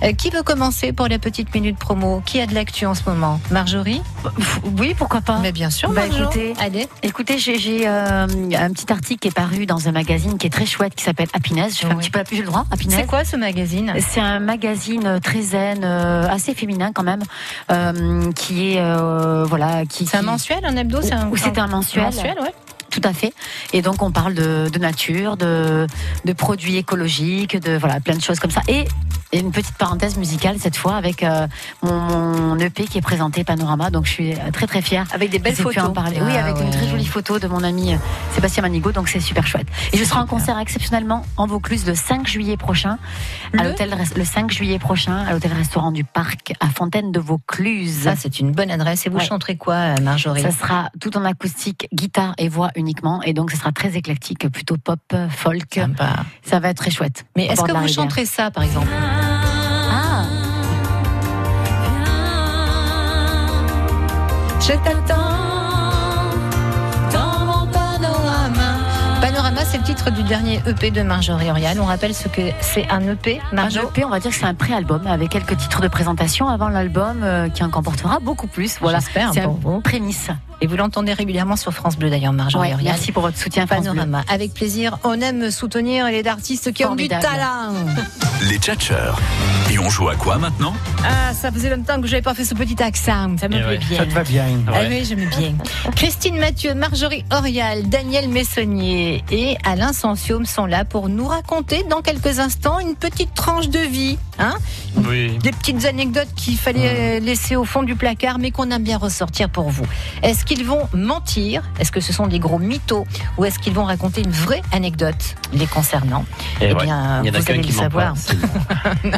[SPEAKER 3] Euh, qui veut commencer pour la petite minute promo Qui a de l'actu en ce moment Marjorie
[SPEAKER 5] Bah, Oui, pourquoi pas
[SPEAKER 3] Mais bien sûr,
[SPEAKER 5] Bah,
[SPEAKER 3] Marjo.
[SPEAKER 5] écoutez,
[SPEAKER 3] Allez.
[SPEAKER 5] Écoutez, j'ai- j'ai euh, un petit article qui est paru dans un magazine qui est très chouette qui s'appelle Happiness. Je fais un petit peu la pub, j'ai le droit. Happiness.
[SPEAKER 3] C'est quoi ce magazine
[SPEAKER 5] C'est un magazine très zen, euh, assez féminin quand même, euh, qui est euh, voilà, qui.
[SPEAKER 3] C'est un
[SPEAKER 5] qui-
[SPEAKER 3] mensuel, un hebdo C'est un,
[SPEAKER 5] Ou c'est un mensuel.
[SPEAKER 3] Mensuel, ouais.
[SPEAKER 5] Tout à fait. Et donc on parle de, de nature, de, de produits écologiques, de voilà plein de choses comme ça. Et et une petite parenthèse musicale cette fois avec euh, mon, mon EP qui est présenté Panorama. Donc je suis euh, très très fière. Avec des
[SPEAKER 3] belles photos.
[SPEAKER 5] En parler. oui,
[SPEAKER 3] Ah
[SPEAKER 5] avec une très
[SPEAKER 3] ouais.
[SPEAKER 5] jolie photo de mon ami euh, Sébastien Manigo. Donc c'est super chouette. Et je serai en concert exceptionnellement en Vaucluse le 5 juillet prochain à l'hôtel Res- le 5 juillet prochain à l'hôtel restaurant du Parc à Fontaine de Vaucluse.
[SPEAKER 3] Ça, Ah, c'est une bonne adresse. Et vous
[SPEAKER 5] Ouais.
[SPEAKER 3] chanterez quoi, euh, Marjorie
[SPEAKER 5] Ça sera tout en acoustique, guitare et voix uniquement. Et donc, ça sera très éclectique, plutôt pop, euh, folk. Ça va être très chouette.
[SPEAKER 3] Mais
[SPEAKER 5] au
[SPEAKER 3] est-ce
[SPEAKER 5] bord
[SPEAKER 3] que
[SPEAKER 5] de la
[SPEAKER 3] vous
[SPEAKER 5] rivière.
[SPEAKER 3] chanterez ça, par exemple Ah. Je t'attends dans mon panorama. Panorama, c'est le titre du dernier EP de Marjorie Orial. On rappelle ce que c'est un E EP, Marjo.
[SPEAKER 5] Un EP, on va dire que c'est un pré-album avec quelques titres de présentation avant l'album euh, qui en comportera beaucoup plus. Voilà,
[SPEAKER 3] J'espère,
[SPEAKER 5] c'est
[SPEAKER 3] pour
[SPEAKER 5] une prémisse.
[SPEAKER 3] Et vous l'entendez régulièrement sur France Bleu d'ailleurs, Marjorie
[SPEAKER 5] Ouais,
[SPEAKER 3] Orial.
[SPEAKER 5] merci pour votre soutien, France Bleu.
[SPEAKER 3] Panorama. Avec plaisir, on aime soutenir les artistes qui ont
[SPEAKER 5] Formidable.
[SPEAKER 3] du talent.
[SPEAKER 1] Les tchatcheurs. Et on joue à quoi maintenant
[SPEAKER 3] Ah, ça faisait longtemps que j'avais pas fait ce petit accent. Ça me
[SPEAKER 1] Eh
[SPEAKER 3] plaît
[SPEAKER 1] ouais.
[SPEAKER 3] bien.
[SPEAKER 1] Ça te va bien.
[SPEAKER 3] Ah
[SPEAKER 1] Ouais.
[SPEAKER 3] oui, j'aime bien. Christine Mathieu, Marjorie Orial, Daniel Messonnier et Alain Sensium sont là pour nous raconter dans quelques instants une petite tranche de vie. Hein
[SPEAKER 13] Oui.
[SPEAKER 3] Des petites anecdotes qu'il fallait euh, laisser au fond du placard, mais qu'on aime bien ressortir pour vous. Est-ce qu'ils vont mentir Est-ce que ce sont des gros mythos Ou est-ce qu'ils vont raconter une vraie anecdote les concernant Eh
[SPEAKER 7] Et Eh ouais.
[SPEAKER 3] bien,
[SPEAKER 7] Il y en a
[SPEAKER 3] vous
[SPEAKER 7] qu'un
[SPEAKER 3] allez
[SPEAKER 7] qui
[SPEAKER 3] le
[SPEAKER 7] ment pas,
[SPEAKER 3] savoir.
[SPEAKER 7] c'est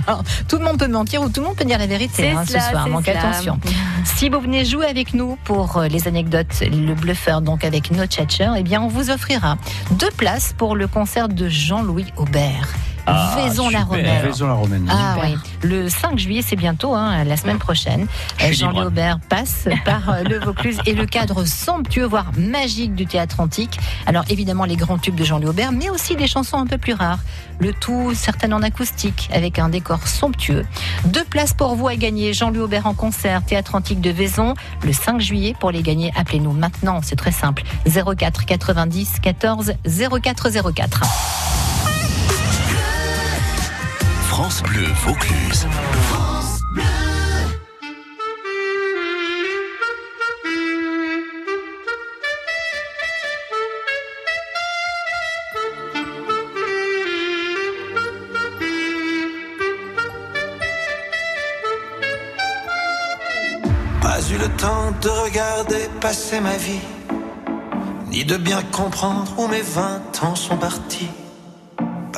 [SPEAKER 3] Non, tout le monde peut mentir ou tout le monde peut dire la vérité
[SPEAKER 6] C'est
[SPEAKER 3] hein,
[SPEAKER 6] cela,
[SPEAKER 3] ce soir,
[SPEAKER 6] c'est
[SPEAKER 3] donc
[SPEAKER 6] cela.
[SPEAKER 3] attention. Si vous venez jouer avec nous pour euh, les anecdotes, le bluffeur, donc avec nos tchatchers, eh bien on vous offrira deux places pour le concert de Jean-Louis Aubert.
[SPEAKER 4] Ah,
[SPEAKER 3] Vaison la
[SPEAKER 4] super.
[SPEAKER 3] Romaine.
[SPEAKER 4] Vaison-la-Romaine.
[SPEAKER 3] Ah
[SPEAKER 4] Super.
[SPEAKER 3] oui, le 5 juillet, c'est bientôt, hein, la semaine prochaine.
[SPEAKER 4] Mmh.
[SPEAKER 3] Euh,
[SPEAKER 4] Je suis
[SPEAKER 3] Jean-Louis
[SPEAKER 4] libre.
[SPEAKER 3] Aubert passe par euh, le Vaucluse et le cadre somptueux, voire magique du théâtre antique. Alors évidemment les grands tubes de Jean-Louis Aubert, mais aussi des chansons un peu plus rares. Le tout certaines en acoustique, avec un décor somptueux. Deux places pour vous à gagner. Jean-Louis Aubert en concert, théâtre antique de Vaison, le 5 juillet. Pour les gagner, appelez-nous maintenant, c'est très simple. 04 90 14 04 04.
[SPEAKER 1] France Bleu Vaucluse.
[SPEAKER 14] Pas eu le temps de regarder passer ma vie, ni de bien comprendre où mes vingt ans sont partis.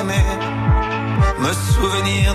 [SPEAKER 14] aimer. Me souvenir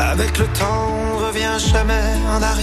[SPEAKER 14] Avec le temps, on revient jamais en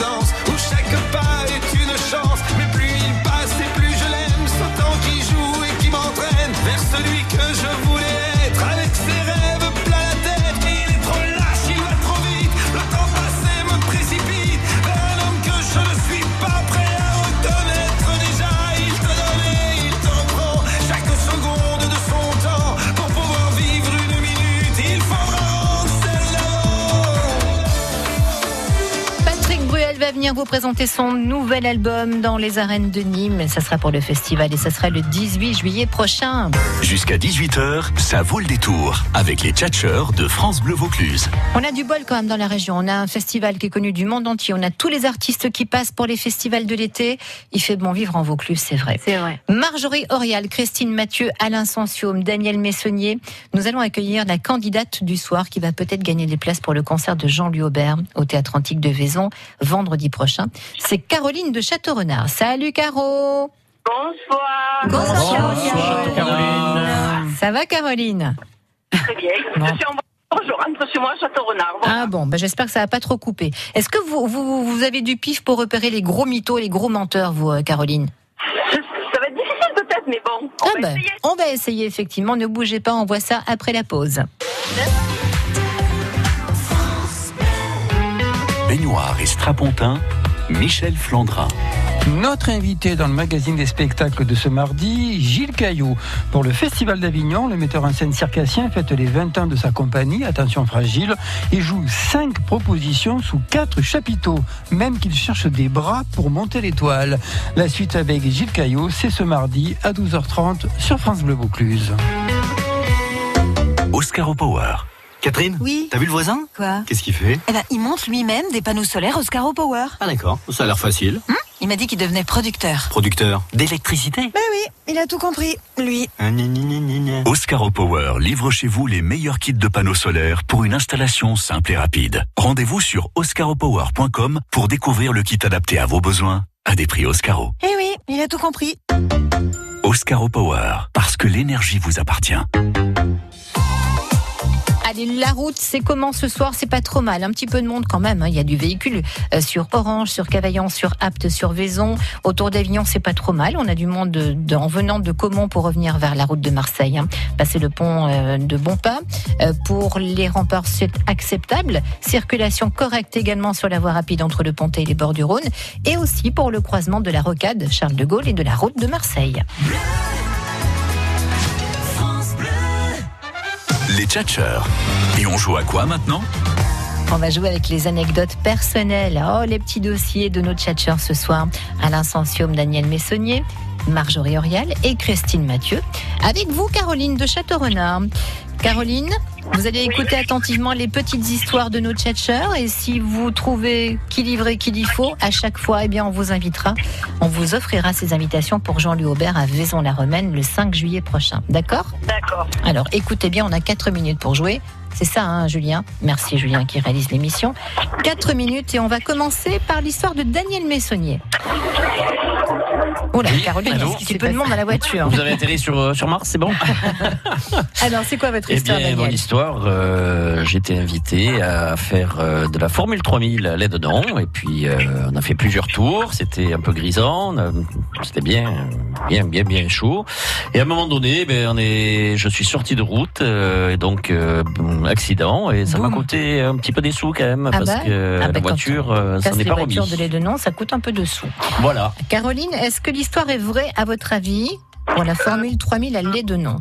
[SPEAKER 14] danse Où chaque pas est une chance Mais plus il passe et plus je l'aime Ce temps qui joue et qui m'entraîne Vers celui que je voulais être Avec ses rêves plein la tête Il est trop lâche, il va trop vite Le temps passé me précipite Vers un homme que je ne suis pas prêt à reconnaître déjà Il te donne et il te reprend Chaque seconde de son temps Pour pouvoir vivre une minute Il faudra rendre celle
[SPEAKER 3] Patrick Bruel va venir vous présenter son nouvel album dans les arènes de Nîmes. Ça sera pour le festival et ça sera le 18 juillet prochain.
[SPEAKER 1] Jusqu'à 18h, ça vaut le détour avec les tchatcheurs de France Bleu Vaucluse.
[SPEAKER 3] On a du bol quand même dans la région. On a un festival qui est connu du monde entier. On a tous les artistes qui passent pour les festivals de l'été. Il fait bon vivre en Vaucluse, c'est vrai.
[SPEAKER 6] C'est vrai.
[SPEAKER 3] Marjorie Orial, Christine Mathieu, Alain Sensiaume, Daniel Messonnier. Nous allons accueillir la candidate du soir qui va peut-être gagner des places pour le concert de Jean-Louis Aubert au Théâtre Antique de Vaison vendredi prochain. C'est Caroline de Château-Renard. Salut Caro
[SPEAKER 13] Bonsoir.
[SPEAKER 3] Bonsoir, Caroline. Ça va Caroline
[SPEAKER 13] Très bien. Je suis en voiture, je rentre chez moi à Château-Renard.
[SPEAKER 3] Ah bon, ben j'espère que ça va pas trop couper. Est-ce que vous, vous, vous avez du pif pour repérer les gros mythos, les gros menteurs, vous, euh, Caroline
[SPEAKER 13] Ça va être difficile peut-être, mais bon.
[SPEAKER 3] Ah ben, on va essayer effectivement. Ne bougez pas, on voit ça après la pause.
[SPEAKER 1] Baignoire et strapontin, Michel Flandrin.
[SPEAKER 15] Notre invité dans le magazine des spectacles de ce mardi, Gilles Caillou. Pour le Festival d'Avignon, le metteur en scène circassien fête les 20 ans de sa compagnie, Attention Fragile, et joue 5 propositions sous 4 chapiteaux, même qu'il cherche des bras pour monter l'étoile. La suite avec Gilles Caillou, c'est ce mardi à 12h30 sur France Bleu Vaucluse.
[SPEAKER 1] Oscar Power.
[SPEAKER 16] Catherine
[SPEAKER 17] Oui.
[SPEAKER 16] T'as vu le voisin
[SPEAKER 17] Quoi
[SPEAKER 16] Qu'est-ce qu'il fait
[SPEAKER 17] Eh ben, il monte lui-même des panneaux solaires Oscaro Power.
[SPEAKER 16] Ah d'accord, ça a l'air facile.
[SPEAKER 17] Hum il m'a dit qu'il devenait producteur.
[SPEAKER 16] Producteur d'électricité
[SPEAKER 17] Ben oui, il a tout compris, lui.
[SPEAKER 1] Oscaro Power livre chez vous les meilleurs kits de panneaux solaires pour une installation simple et rapide. Rendez-vous sur oscaropower.com pour découvrir le kit adapté à vos besoins à des prix Oscaro.
[SPEAKER 17] Eh oui, il a tout compris.
[SPEAKER 1] Oscaro Power, parce que l'énergie vous appartient.
[SPEAKER 3] Allez, la route, c'est comment ce soir C'est pas trop mal. Un petit peu de monde quand même. hein. Il y a du véhicule euh, sur Orange, sur Cavaillon, sur Apte, sur Vaison. Autour d'Avignon, c'est pas trop mal. On a du monde de- de- en venant de Caumont pour revenir vers la route de Marseille. hein. Passer le pont euh, de Bonpas. Euh, pour les remparts, c'est acceptable. Circulation correcte également sur la voie rapide entre le Pontet et les bords du Rhône. Et aussi pour le croisement de la rocade Charles de Gaulle et de la route de Marseille.
[SPEAKER 1] Les tchatcheurs. Et on joue à quoi maintenant
[SPEAKER 3] On va jouer avec les anecdotes personnelles. Oh, les petits dossiers de nos tchatcheurs ce soir. Alain Sensium, Daniel Messonnier, Marjorie Orial et Christine Mathieu. Avec vous, Caroline de Château-Renard. Caroline, vous allez écouter attentivement les petites histoires de nos tchatcheurs et si vous trouvez qui livre et qui dit faux, à chaque fois, eh bien, on vous invitera, on vous offrira ces invitations pour Jean-Louis Aubert à Vaison-la-Romaine le 5 juillet prochain. D'accord
[SPEAKER 13] D'accord.
[SPEAKER 3] Alors, écoutez bien, on a 4 minutes pour jouer. C'est ça, hein, Julien Merci, Julien, qui réalise l'émission. 4 minutes et on va commencer par l'histoire de Daniel Messonnier. Oh là, Caroline,
[SPEAKER 7] allô
[SPEAKER 3] un petit peu de monde à la voiture.
[SPEAKER 7] Vous avez atterri sur, euh, sur Mars, c'est bon
[SPEAKER 3] Alors, c'est quoi votre
[SPEAKER 7] Eh
[SPEAKER 3] histoire,
[SPEAKER 7] bien, dans
[SPEAKER 3] Daniel
[SPEAKER 7] l'histoire, euh, j'étais invité à faire euh, de la Formule 3000 là-dedans. Et puis, euh, on a fait plusieurs tours. C'était un peu grisant. on a- C'était bien, bien, bien, bien chaud. Et à un moment donné, ben, on est, je suis sorti de route. euh, et donc, euh, boum, accident. Et ça m'a coûté un petit peu des sous quand même.
[SPEAKER 3] Ah
[SPEAKER 7] parce
[SPEAKER 3] bah
[SPEAKER 7] que
[SPEAKER 3] Ah bah,
[SPEAKER 7] la
[SPEAKER 3] quand
[SPEAKER 7] voiture, euh, ça
[SPEAKER 3] Casse
[SPEAKER 7] n'est
[SPEAKER 3] les
[SPEAKER 7] pas remis.
[SPEAKER 3] voitures de les deux noms, ça coûte un peu de sous.
[SPEAKER 7] Voilà.
[SPEAKER 3] Caroline, est-ce que l'histoire est vraie à votre avis pour la Formule 3000 à lait de nom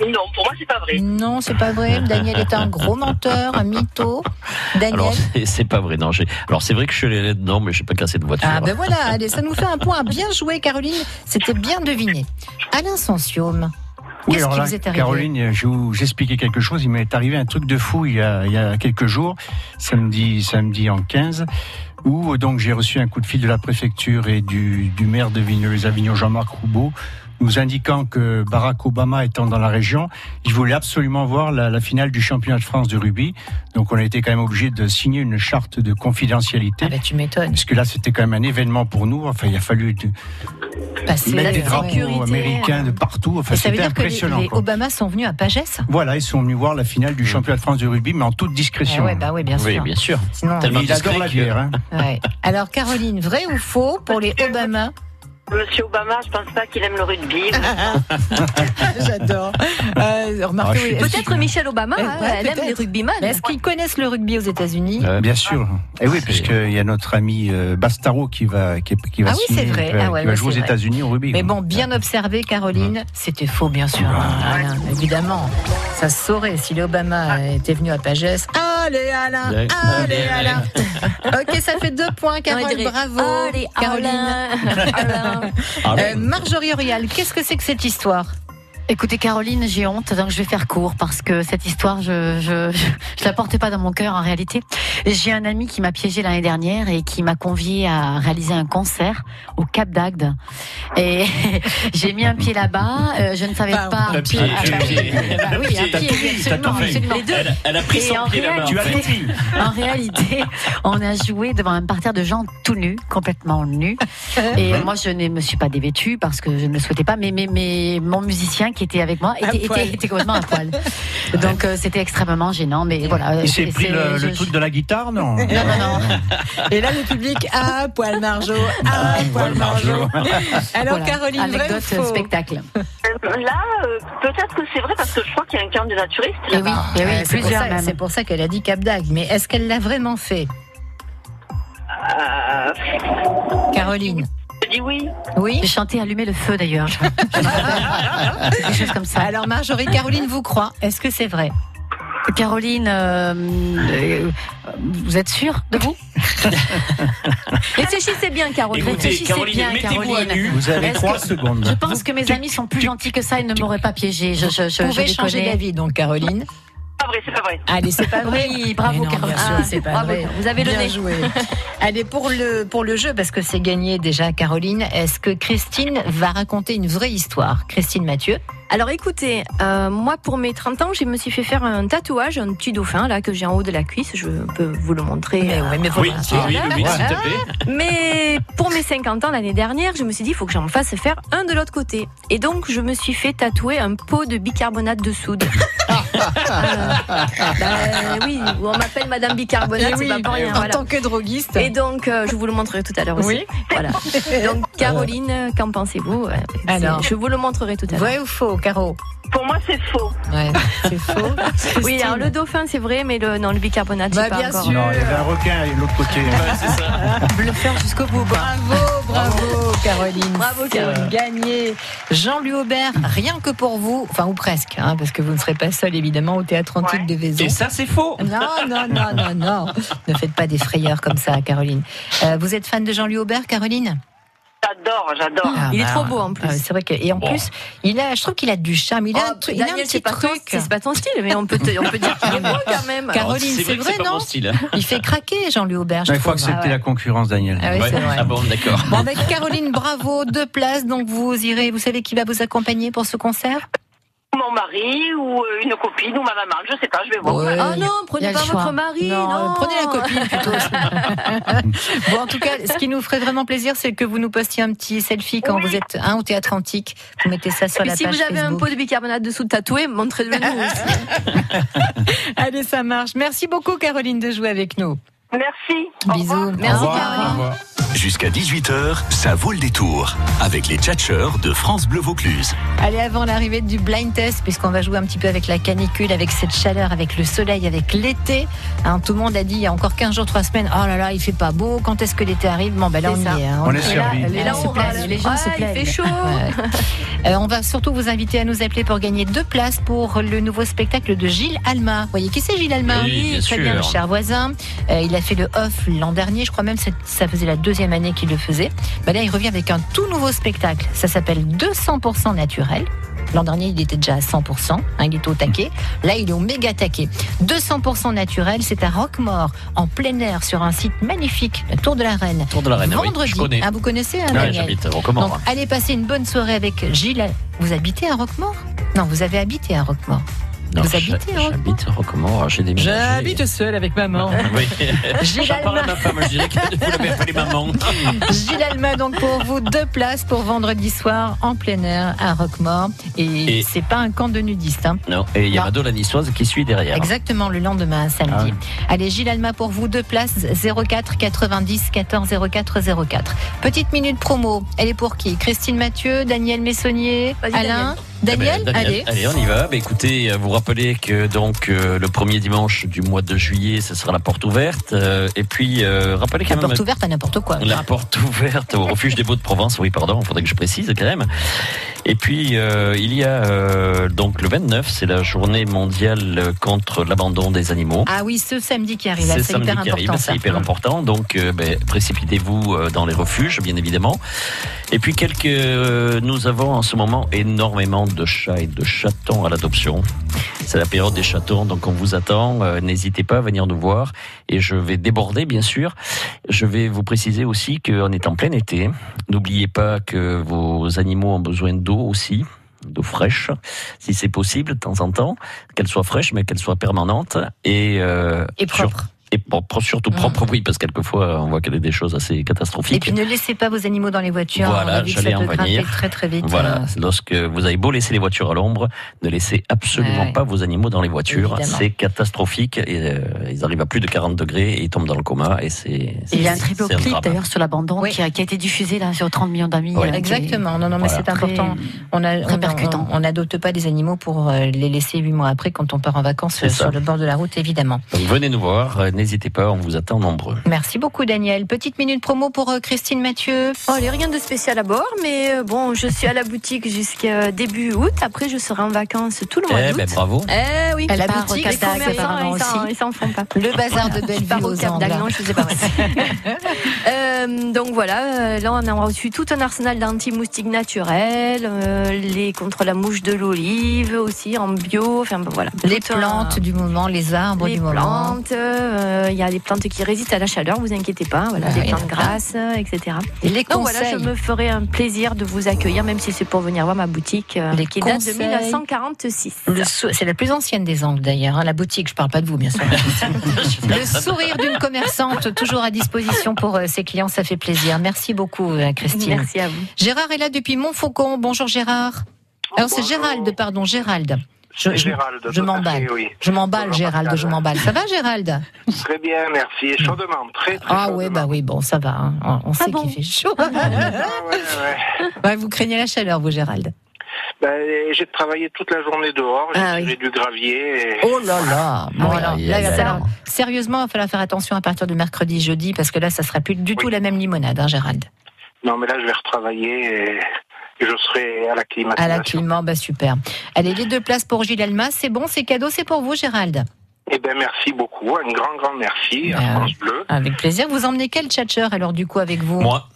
[SPEAKER 13] Non, pour moi, c'est pas vrai.
[SPEAKER 3] Non, c'est pas vrai. Daniel est un gros menteur, un mytho. Daniel.
[SPEAKER 7] Alors, c'est- c'est pas vrai. Non, j'ai- alors c'est vrai que je suis allé là-dedans, mais j'ai pas cassé de voiture.
[SPEAKER 3] Ah ben voilà, allez, ça nous fait un point. Bien joué, Caroline. C'était bien deviné. Alain Sensium.
[SPEAKER 4] Oui,
[SPEAKER 3] Qu'est-ce
[SPEAKER 4] alors
[SPEAKER 3] qui
[SPEAKER 4] là,
[SPEAKER 3] vous est arrivé
[SPEAKER 4] Caroline, je vais vous expliquer quelque chose. Il m'est arrivé un truc de fou il y a, il y a quelques jours, samedi, samedi en 15, où euh, donc j'ai reçu un coup de fil de la préfecture et du, du maire de Vigneux-les-Avignon, Jean-Marc Roubaud, nous indiquant que Barack Obama étant dans la région, il voulait absolument voir la, la finale du championnat de France de rugby. Donc on a été quand même obligé de signer une charte de confidentialité.
[SPEAKER 3] Ah ben tu m'étonnes.
[SPEAKER 4] Parce que là, c'était quand même un événement pour nous. Enfin, il a fallu de-
[SPEAKER 3] Passer
[SPEAKER 4] mettre
[SPEAKER 3] la
[SPEAKER 4] des drapeaux
[SPEAKER 3] sécurité.
[SPEAKER 4] américains de partout. Enfin,
[SPEAKER 3] Et ça veut
[SPEAKER 4] c'était
[SPEAKER 3] dire que les,
[SPEAKER 4] impressionnant.
[SPEAKER 3] les
[SPEAKER 4] quoi.
[SPEAKER 3] Obama sont venus à Pagès
[SPEAKER 4] Voilà, ils sont venus voir la finale du championnat de France de rugby, mais en toute discrétion.
[SPEAKER 3] Eh ouais, bah oui, bien Oui, sûr. bien sûr. Sinon- Tellement
[SPEAKER 4] Mais il adore
[SPEAKER 3] discret
[SPEAKER 4] la
[SPEAKER 3] que-
[SPEAKER 4] bière. hein.
[SPEAKER 3] Ouais. Alors Caroline, vrai ou faux pour les Obama
[SPEAKER 13] Monsieur Obama, je pense pas qu'il aime le rugby.
[SPEAKER 3] J'adore. Euh,
[SPEAKER 13] Ah,
[SPEAKER 3] remarquez,
[SPEAKER 13] je suis
[SPEAKER 3] Ah, oui, est-ce
[SPEAKER 6] Peut-être Michel Obama,
[SPEAKER 3] Eh,
[SPEAKER 6] hein,
[SPEAKER 3] ouais,
[SPEAKER 6] elle aime
[SPEAKER 3] peut-être.
[SPEAKER 6] les rugbyman.
[SPEAKER 3] Mais est-ce qu'ils connaissent le rugby aux États-Unis
[SPEAKER 4] Euh, bien sûr. Et oui, parce qu'il y a notre ami euh, Bastaro qui va, qui, qui va,
[SPEAKER 3] Ah oui, c'est
[SPEAKER 4] signer,
[SPEAKER 3] vrai.
[SPEAKER 4] euh,
[SPEAKER 3] Ah ouais,
[SPEAKER 4] qui va
[SPEAKER 3] ouais,
[SPEAKER 4] jouer aux
[SPEAKER 3] c'est vrai.
[SPEAKER 4] États-Unis au rugby.
[SPEAKER 12] hein.
[SPEAKER 3] Mais bon, bien observé, Caroline. C'était faux, bien sûr. hein, Alain, évidemment, ça se saurait si les Obama était venu à Pagès. Allez, Alain
[SPEAKER 12] Ouais.
[SPEAKER 3] Allez, Ah, Alain Ok, ça fait deux points,
[SPEAKER 12] On
[SPEAKER 3] Caroline.
[SPEAKER 12] dirait,
[SPEAKER 3] Bravo,
[SPEAKER 12] allez,
[SPEAKER 3] Caroline.
[SPEAKER 5] Alain.
[SPEAKER 12] Ah
[SPEAKER 3] Euh, Marjorie Orial, qu'est-ce que c'est que cette histoire
[SPEAKER 5] Écoutez Caroline, j'ai honte, donc je vais faire court parce que cette histoire, je je, je, je la porte pas dans mon cœur en réalité. J'ai un ami qui m'a piégé l'année dernière et qui m'a convié à réaliser un concert au Cap d'Agde. Et j'ai mis un pied là-bas, euh, je ne savais pas.
[SPEAKER 12] Ah, Un pied, un pied.
[SPEAKER 5] Bah oui, un
[SPEAKER 12] T'as
[SPEAKER 5] pied,
[SPEAKER 12] tout mis, t'as
[SPEAKER 5] absolument,
[SPEAKER 12] tout fait.
[SPEAKER 5] absolument.
[SPEAKER 12] Les deux. Elle- elle a pris
[SPEAKER 5] Et
[SPEAKER 12] son
[SPEAKER 5] en
[SPEAKER 12] pied là-bas, en
[SPEAKER 5] réalité-
[SPEAKER 12] fait. Tu as tout
[SPEAKER 5] en réalité, on a joué devant un parterre de gens tout nus, complètement nus. Et moi, je ne me suis pas dévêtue parce que je ne le souhaitais pas, mais, mais, mais mon musicien qui était avec moi
[SPEAKER 3] À
[SPEAKER 5] était,
[SPEAKER 3] poil.
[SPEAKER 5] était- était complètement à poil. Donc, euh, c'était extrêmement gênant, mais
[SPEAKER 3] euh,
[SPEAKER 5] voilà.
[SPEAKER 4] Il s'est
[SPEAKER 5] c'est-
[SPEAKER 4] pris
[SPEAKER 5] c'est-
[SPEAKER 4] le, le
[SPEAKER 5] je-
[SPEAKER 4] truc de la guitare, non Non,
[SPEAKER 5] non,
[SPEAKER 3] Et là, le public, à poil Marjo,
[SPEAKER 5] Bah,
[SPEAKER 3] à
[SPEAKER 4] poil Marjo.
[SPEAKER 3] Alors,
[SPEAKER 5] Voilà,
[SPEAKER 3] Caroline, vrai ou
[SPEAKER 5] anecdote
[SPEAKER 3] faux
[SPEAKER 5] spectacle.
[SPEAKER 13] Là, euh, peut-être que c'est vrai parce que je crois qu'il y a un camp de naturistes.
[SPEAKER 5] Eh
[SPEAKER 12] Ah.
[SPEAKER 5] oui, eh oui,
[SPEAKER 3] Ouais, c'est pour
[SPEAKER 5] plusieurs
[SPEAKER 3] ça-
[SPEAKER 5] même.
[SPEAKER 3] C'est pour ça qu'elle a dit Cap d'Agde. Mais est-ce qu'elle l'a vraiment fait Caroline.
[SPEAKER 13] Je dis oui.
[SPEAKER 3] Oui.
[SPEAKER 5] J'ai chanté Allumer le feu d'ailleurs. Je- je me rappelle. Quelque chose comme ça.
[SPEAKER 3] Alors Marjorie, Caroline vous croit. Est-ce que c'est vrai
[SPEAKER 5] Caroline, euh, euh, vous êtes sûre de vous Réfléchissez bien, Caroline.
[SPEAKER 12] Écoutez,
[SPEAKER 5] Réfléchissez
[SPEAKER 12] Caroline,
[SPEAKER 5] bien,
[SPEAKER 12] mettez-vous à
[SPEAKER 5] Caroline.
[SPEAKER 12] nu. Vous avez
[SPEAKER 5] Est-ce
[SPEAKER 12] trois
[SPEAKER 5] que-
[SPEAKER 4] secondes.
[SPEAKER 5] Je pense que mes amis sont plus gentils que ça et ne m'auraient pas piégé. Je, je, je,
[SPEAKER 3] Vous pouvez
[SPEAKER 5] je
[SPEAKER 3] changer
[SPEAKER 5] déconne.
[SPEAKER 3] d'avis, donc Caroline.
[SPEAKER 13] Pas vrai, c'est pas vrai.
[SPEAKER 3] Allez, c'est pas vrai.
[SPEAKER 5] Oui, bravo,
[SPEAKER 3] Mais non, bien
[SPEAKER 5] Caroline.
[SPEAKER 3] sûr,
[SPEAKER 5] Ah,
[SPEAKER 3] c'est pas
[SPEAKER 5] bravo.
[SPEAKER 3] vrai.
[SPEAKER 5] Vous avez le
[SPEAKER 3] Bien
[SPEAKER 5] nez.
[SPEAKER 3] joué. Allez, pour le, pour le jeu, parce que c'est gagné déjà, Caroline, est-ce que Christine va raconter une vraie histoire Christine Mathieu
[SPEAKER 6] Alors écoutez, euh, moi pour mes 30 ans, je me suis fait faire un tatouage, un petit dauphin là que j'ai en haut de la cuisse, je peux vous le montrer. euh,
[SPEAKER 3] Mais ouais, mais faut Oui, pas. oui, oui, oui, s'il te
[SPEAKER 6] Mais pour mes 50 ans l'année dernière, je me suis dit il faut que j'en fasse faire un de l'autre côté. Et donc je me suis fait tatouer un pot de bicarbonate de soude. Euh, bah, oui, on m'appelle Madame Bicarbonate,
[SPEAKER 3] Eh
[SPEAKER 6] c'est
[SPEAKER 3] oui,
[SPEAKER 6] pas pour rien.
[SPEAKER 3] en
[SPEAKER 6] voilà.
[SPEAKER 3] tant que droguiste.
[SPEAKER 6] Et donc euh, je vous le montrerai tout à l'heure aussi.
[SPEAKER 3] Oui.
[SPEAKER 6] Voilà. Donc Caroline, euh, qu'en pensez-vous Euh, c'est-
[SPEAKER 3] Alors.
[SPEAKER 6] je vous le montrerai tout à l'heure.
[SPEAKER 3] Vrai ou faux, Caro
[SPEAKER 13] Pour moi, c'est faux.
[SPEAKER 3] Ouais, c'est faux.
[SPEAKER 6] Oui, alors le dauphin, c'est vrai, mais le, non, le bicarbonate,
[SPEAKER 3] Bah,
[SPEAKER 6] c'est pas
[SPEAKER 3] bien
[SPEAKER 6] encore.
[SPEAKER 3] sûr.
[SPEAKER 4] Non, il y avait un requin de l'autre côté.
[SPEAKER 3] Bluffeur jusqu'au bout. Bravo, bravo, Caroline. Bravo,
[SPEAKER 6] Caroline.
[SPEAKER 3] Gagné. Jean-Louis Aubert, rien que pour vous, enfin, ou presque, hein, parce que vous ne serez pas seul, évidemment, au théâtre antique de Vaison.
[SPEAKER 12] Et ça, c'est faux.
[SPEAKER 3] Non, non, non, non, non. ne faites pas des frayeurs comme ça, Caroline. Euh, vous êtes fan de Jean-Louis Aubert, Caroline
[SPEAKER 13] J'adore, j'adore.
[SPEAKER 3] il est trop beau en plus. c'est vrai que et en plus, il a, je trouve qu'il a du charme. Il a un, truc- il a un
[SPEAKER 6] Oh, Daniel,
[SPEAKER 3] petit
[SPEAKER 6] c'est pas ton-
[SPEAKER 3] truc.
[SPEAKER 6] c'est pas ton style, mais on peut te- on peut dire qu'il est beau quand même.
[SPEAKER 3] Caroline,
[SPEAKER 6] Alors, c'est
[SPEAKER 3] c'est
[SPEAKER 6] vrai
[SPEAKER 3] vrai,
[SPEAKER 6] que c'est pas
[SPEAKER 3] non
[SPEAKER 6] mon style.
[SPEAKER 3] Il fait craquer Jean-Louis Aubert. je
[SPEAKER 4] Il faut
[SPEAKER 3] trouve.
[SPEAKER 4] accepter la concurrence, Daniel.
[SPEAKER 3] Ah oui, c'est Ouais. vrai. Ah
[SPEAKER 7] bon, d'accord.
[SPEAKER 3] Bon, avec Caroline Bravo, deux places, donc vous irez. Vous savez qui va vous accompagner pour ce concert
[SPEAKER 13] Mon mari ou euh, une copine ou ma maman, je sais pas, je vais voir.
[SPEAKER 3] Ah non, prenez pas votre
[SPEAKER 6] mari.
[SPEAKER 3] Non, prenez la copine plutôt. bon, en tout cas, ce qui nous ferait vraiment plaisir, c'est que vous nous postiez un petit selfie quand vous êtes hein, au théâtre antique. Vous mettez ça sur
[SPEAKER 6] Puis
[SPEAKER 3] la
[SPEAKER 6] si
[SPEAKER 3] page
[SPEAKER 6] vous avez un
[SPEAKER 3] Facebook.
[SPEAKER 6] pot de bicarbonate dessous de tatoué, montrez-le nous aussi.
[SPEAKER 3] Allez, ça marche. Merci beaucoup, Caroline, de jouer avec nous.
[SPEAKER 13] Merci.
[SPEAKER 3] Bisous. Merci, Caroline.
[SPEAKER 1] Jusqu'à 18h, ça vaut le détour avec les tchatcheurs de France Bleu Vaucluse.
[SPEAKER 3] Allez, avant l'arrivée du blind test, puisqu'on va jouer un petit peu avec la canicule, avec cette chaleur, avec le soleil, avec l'été. Hein, tout le monde a dit il y a encore 15 jours, 3 semaines, oh là là, il fait pas beau, quand est-ce que l'été arrive Bon, ben là, on
[SPEAKER 6] C'est ça.
[SPEAKER 3] y est.
[SPEAKER 6] On est servi.
[SPEAKER 3] Les
[SPEAKER 6] Et là,
[SPEAKER 3] gens se
[SPEAKER 6] on
[SPEAKER 3] plaignent.
[SPEAKER 6] râle.
[SPEAKER 3] Les gens
[SPEAKER 6] Ouais,
[SPEAKER 3] se
[SPEAKER 6] il
[SPEAKER 3] plaignent.
[SPEAKER 6] fait chaud.
[SPEAKER 3] Ouais. Euh, on va surtout vous inviter à nous appeler pour gagner deux places pour le nouveau spectacle de Gilles Alma. Vous voyez qui c'est Gilles Alma
[SPEAKER 6] Oui, bien
[SPEAKER 3] très bien,
[SPEAKER 6] sûr.
[SPEAKER 3] le cher voisin. Euh, il a fait le off l'an dernier, je crois même que ça faisait la deuxième année qu'il le faisait. Bah là, il revient avec un tout nouveau spectacle. Ça s'appelle 200% naturel. L'an dernier, il était déjà à 100%, hein, il était au taquet. Là, il est au méga taquet. 200% naturel, c'est à Roquemort, en plein air, sur un site magnifique, la Tour de la Reine.
[SPEAKER 7] Tour de la Reine, oui,
[SPEAKER 3] Vendredi.
[SPEAKER 7] je connais.
[SPEAKER 3] Ah, vous connaissez, hein,
[SPEAKER 7] Ouais,
[SPEAKER 3] Daniel
[SPEAKER 7] j'habite à Roquemort,
[SPEAKER 3] Donc,
[SPEAKER 7] hein.
[SPEAKER 3] allez passer une bonne soirée avec Gilles. Vous habitez à Roquemort Non, vous avez habité à Roquemort.
[SPEAKER 7] Non,
[SPEAKER 3] vous
[SPEAKER 7] j'ha-
[SPEAKER 3] habitez hein. à Roquemort
[SPEAKER 7] J'habite Roquemort, j'ai des
[SPEAKER 3] J'habite
[SPEAKER 16] seul avec maman.
[SPEAKER 7] Oui.
[SPEAKER 3] J'ai
[SPEAKER 7] J'en parle à ma femme, je dirais que vous l'avez appelé maman.
[SPEAKER 3] Gilles Alma, donc pour vous, deux places pour vendredi soir en plein air à Roquemort. Et,
[SPEAKER 7] Et-
[SPEAKER 3] c'est pas un camp de nudistes. hein.
[SPEAKER 7] Non, et il y a
[SPEAKER 3] Non.
[SPEAKER 7] Mado la niçoise qui suit derrière. Ah.
[SPEAKER 3] Exactement, le lendemain, samedi. Allez, Gilles Alma pour vous, deux places, 04 90 14 04 04. Petite minute promo, elle est pour qui Christine Mathieu, Daniel Messonnier, Alain Daniel,
[SPEAKER 7] Eh ben,
[SPEAKER 3] Allez.
[SPEAKER 7] on y va. Bah, écoutez, euh, vous rappelez que donc euh, le premier dimanche du mois de juillet, ce sera la porte ouverte. Euh, et puis, euh, rappelez quand
[SPEAKER 3] La
[SPEAKER 7] même
[SPEAKER 3] porte ouverte à n'importe quoi.
[SPEAKER 7] la porte ouverte au refuge des Beaux de Provence. Oui, pardon, il faudrait que je précise quand même. Et puis, euh, il y a euh, donc le 29, c'est la journée mondiale contre l'abandon des animaux.
[SPEAKER 3] Ah oui, ce samedi qui arrive,
[SPEAKER 7] C'est
[SPEAKER 3] c'est
[SPEAKER 7] samedi
[SPEAKER 3] hyper
[SPEAKER 7] qui arrive,
[SPEAKER 3] important. ça.
[SPEAKER 7] c'est hyper important. Donc, euh, ben, précipitez-vous euh, dans les refuges, bien évidemment. Et puis, quelques, euh, nous avons en ce moment énormément de chats et de chatons à l'adoption. C'est la période des chatons, donc on vous attend. Euh, N'hésitez pas à venir nous voir. Et je vais déborder, bien sûr. Je vais vous préciser aussi qu'on est en plein été. N'oubliez pas que vos animaux ont besoin d'eau aussi d'eau fraîche, si c'est possible, de temps en temps, qu'elle soit fraîche, mais qu'elle soit permanente et, euh,
[SPEAKER 3] Et propre. Mmh.
[SPEAKER 7] sur- et propre, surtout propre, oui, parce que quelquefois on voit qu'elle est des choses assez
[SPEAKER 3] Et
[SPEAKER 7] catastrophiques.
[SPEAKER 3] puis ne laissez pas vos animaux dans les voitures.
[SPEAKER 7] Voilà,
[SPEAKER 3] on a vu que ça
[SPEAKER 7] j'allais
[SPEAKER 3] peut
[SPEAKER 7] en
[SPEAKER 3] grimper
[SPEAKER 7] venir.
[SPEAKER 3] très très vite. euh,
[SPEAKER 7] Voilà, lorsque vous avez beau laisser les voitures à l'ombre, ne laissez absolument pas vos animaux dans les voitures,
[SPEAKER 3] Évidemment.
[SPEAKER 7] c'est catastrophique. Et, euh, ils arrivent à plus de 40 degrés et ils tombent dans le coma et c'est.
[SPEAKER 5] Et Il y a un
[SPEAKER 7] c'est-
[SPEAKER 5] triple
[SPEAKER 7] c'est
[SPEAKER 5] clip
[SPEAKER 7] drame.
[SPEAKER 5] d'ailleurs sur l'abandon qui, a, qui a été diffusé là sur 30 millions d'amis.
[SPEAKER 7] Ouais.
[SPEAKER 5] euh, qui-
[SPEAKER 3] Exactement. Non, non, mais
[SPEAKER 5] Voilà.
[SPEAKER 3] c'est important. On a, on- on- on n'adopte pas des animaux pour euh, les laisser huit mois après quand on part en vacances
[SPEAKER 7] C'est
[SPEAKER 3] euh,
[SPEAKER 7] ça.
[SPEAKER 3] sur le bord de la route, évidemment.
[SPEAKER 7] Donc venez nous voir, euh, n'hésitez pas, on vous attend nombreux.
[SPEAKER 3] Merci beaucoup, Daniel. Petite minute promo pour euh, Christine Mathieu.
[SPEAKER 6] Bon, Oh, allez, rien de spécial à bord, mais euh, bon, je suis à la boutique jusqu'à début août. Après, je serai en vacances tout le mois
[SPEAKER 7] Eh
[SPEAKER 6] d'août.
[SPEAKER 7] ben bravo.
[SPEAKER 6] Eh oui,
[SPEAKER 3] À la
[SPEAKER 6] qui part au
[SPEAKER 3] boutique,
[SPEAKER 6] Cap
[SPEAKER 3] les
[SPEAKER 6] d'Agde,
[SPEAKER 3] commerçants,
[SPEAKER 6] apparemment,
[SPEAKER 3] ils
[SPEAKER 6] ils s'en-
[SPEAKER 3] aussi.
[SPEAKER 6] ils s'en font pas.
[SPEAKER 3] Le bazar de
[SPEAKER 6] Je pars
[SPEAKER 3] Belleville
[SPEAKER 6] au
[SPEAKER 3] aux
[SPEAKER 6] Cap d'Agde,
[SPEAKER 3] Anglais.
[SPEAKER 6] non, je sais pas. ouais. Euh, donc voilà, euh, là on a reçu tout un arsenal d'anti-moustiques naturels, euh, les contre la mouche de l'olive aussi en bio, enfin bon, voilà.
[SPEAKER 3] Les
[SPEAKER 6] Tout un-
[SPEAKER 3] plantes du moment, les arbres
[SPEAKER 6] les
[SPEAKER 3] du moment.
[SPEAKER 6] plantes, euh, il y a les plantes qui résistent à la chaleur, vous inquiétez pas, voilà,
[SPEAKER 3] Ouais,
[SPEAKER 6] des
[SPEAKER 3] il y en a
[SPEAKER 6] plantes grasses, euh, etc.
[SPEAKER 3] Et les
[SPEAKER 6] Donc voilà, je
[SPEAKER 3] conseils.
[SPEAKER 6] me ferai un plaisir de vous accueillir, même si c'est pour venir voir ma boutique euh,
[SPEAKER 3] Les
[SPEAKER 6] qui date de
[SPEAKER 3] conseils.
[SPEAKER 6] 1946.
[SPEAKER 3] Le sou- C'est la plus ancienne des angles d'ailleurs. hein. La boutique, je parle pas de vous, bien sûr. Le sourire d'une commerçante, toujours à disposition pour euh, ses clients, ça fait plaisir. Merci beaucoup, euh, Christine.
[SPEAKER 6] Merci à vous.
[SPEAKER 3] Gérard est là depuis Montfaucon. Bonjour Gérard. Alors c'est Gérald, pardon, Gérald. Je,
[SPEAKER 18] C'est
[SPEAKER 3] je-
[SPEAKER 18] Gérald,
[SPEAKER 3] je
[SPEAKER 18] tout à
[SPEAKER 3] m'emballe.
[SPEAKER 18] fait, oui.
[SPEAKER 3] Je m'emballe,
[SPEAKER 18] Bonjour,
[SPEAKER 3] Gérald, je
[SPEAKER 18] Pascal.
[SPEAKER 3] m'emballe. Ça va, Gérald
[SPEAKER 18] Très bien, merci. Chaudement, très très
[SPEAKER 3] Ah
[SPEAKER 18] chaudement.
[SPEAKER 3] ouais, bah oui, bon, ça va. hein.
[SPEAKER 6] Ah
[SPEAKER 3] On, on sait qu'il fait chaud.
[SPEAKER 18] Ah,
[SPEAKER 3] Ah, Ouais, vous craignez la chaleur, vous, Gérald
[SPEAKER 18] Ben, j'ai travaillé toute la journée dehors, j'ai tiré du gravier. et-
[SPEAKER 3] Ah Oh là là, bon, alors,
[SPEAKER 18] aïe,
[SPEAKER 3] là, il va
[SPEAKER 18] aïe,
[SPEAKER 3] falloir-
[SPEAKER 18] aïe.
[SPEAKER 3] sérieusement, il va falloir faire attention à partir de mercredi, jeudi, parce que là, ça sera plus du tout la même limonade, hein, Gérald.
[SPEAKER 18] Non, mais là, je vais retravailler et et je serai à la climatisation.
[SPEAKER 3] À la climat, bah super. Allez, les deux places pour Gilles Alma, c'est bon, c'est cadeau, c'est pour vous, Gérald.
[SPEAKER 18] Eh ben, merci
[SPEAKER 3] Ben,
[SPEAKER 18] beaucoup. Un grand, grand merci à France Bleu.
[SPEAKER 3] Avec plaisir. Vous Ah, emmenez quel tchatcheur alors du coup avec vous
[SPEAKER 7] Moi.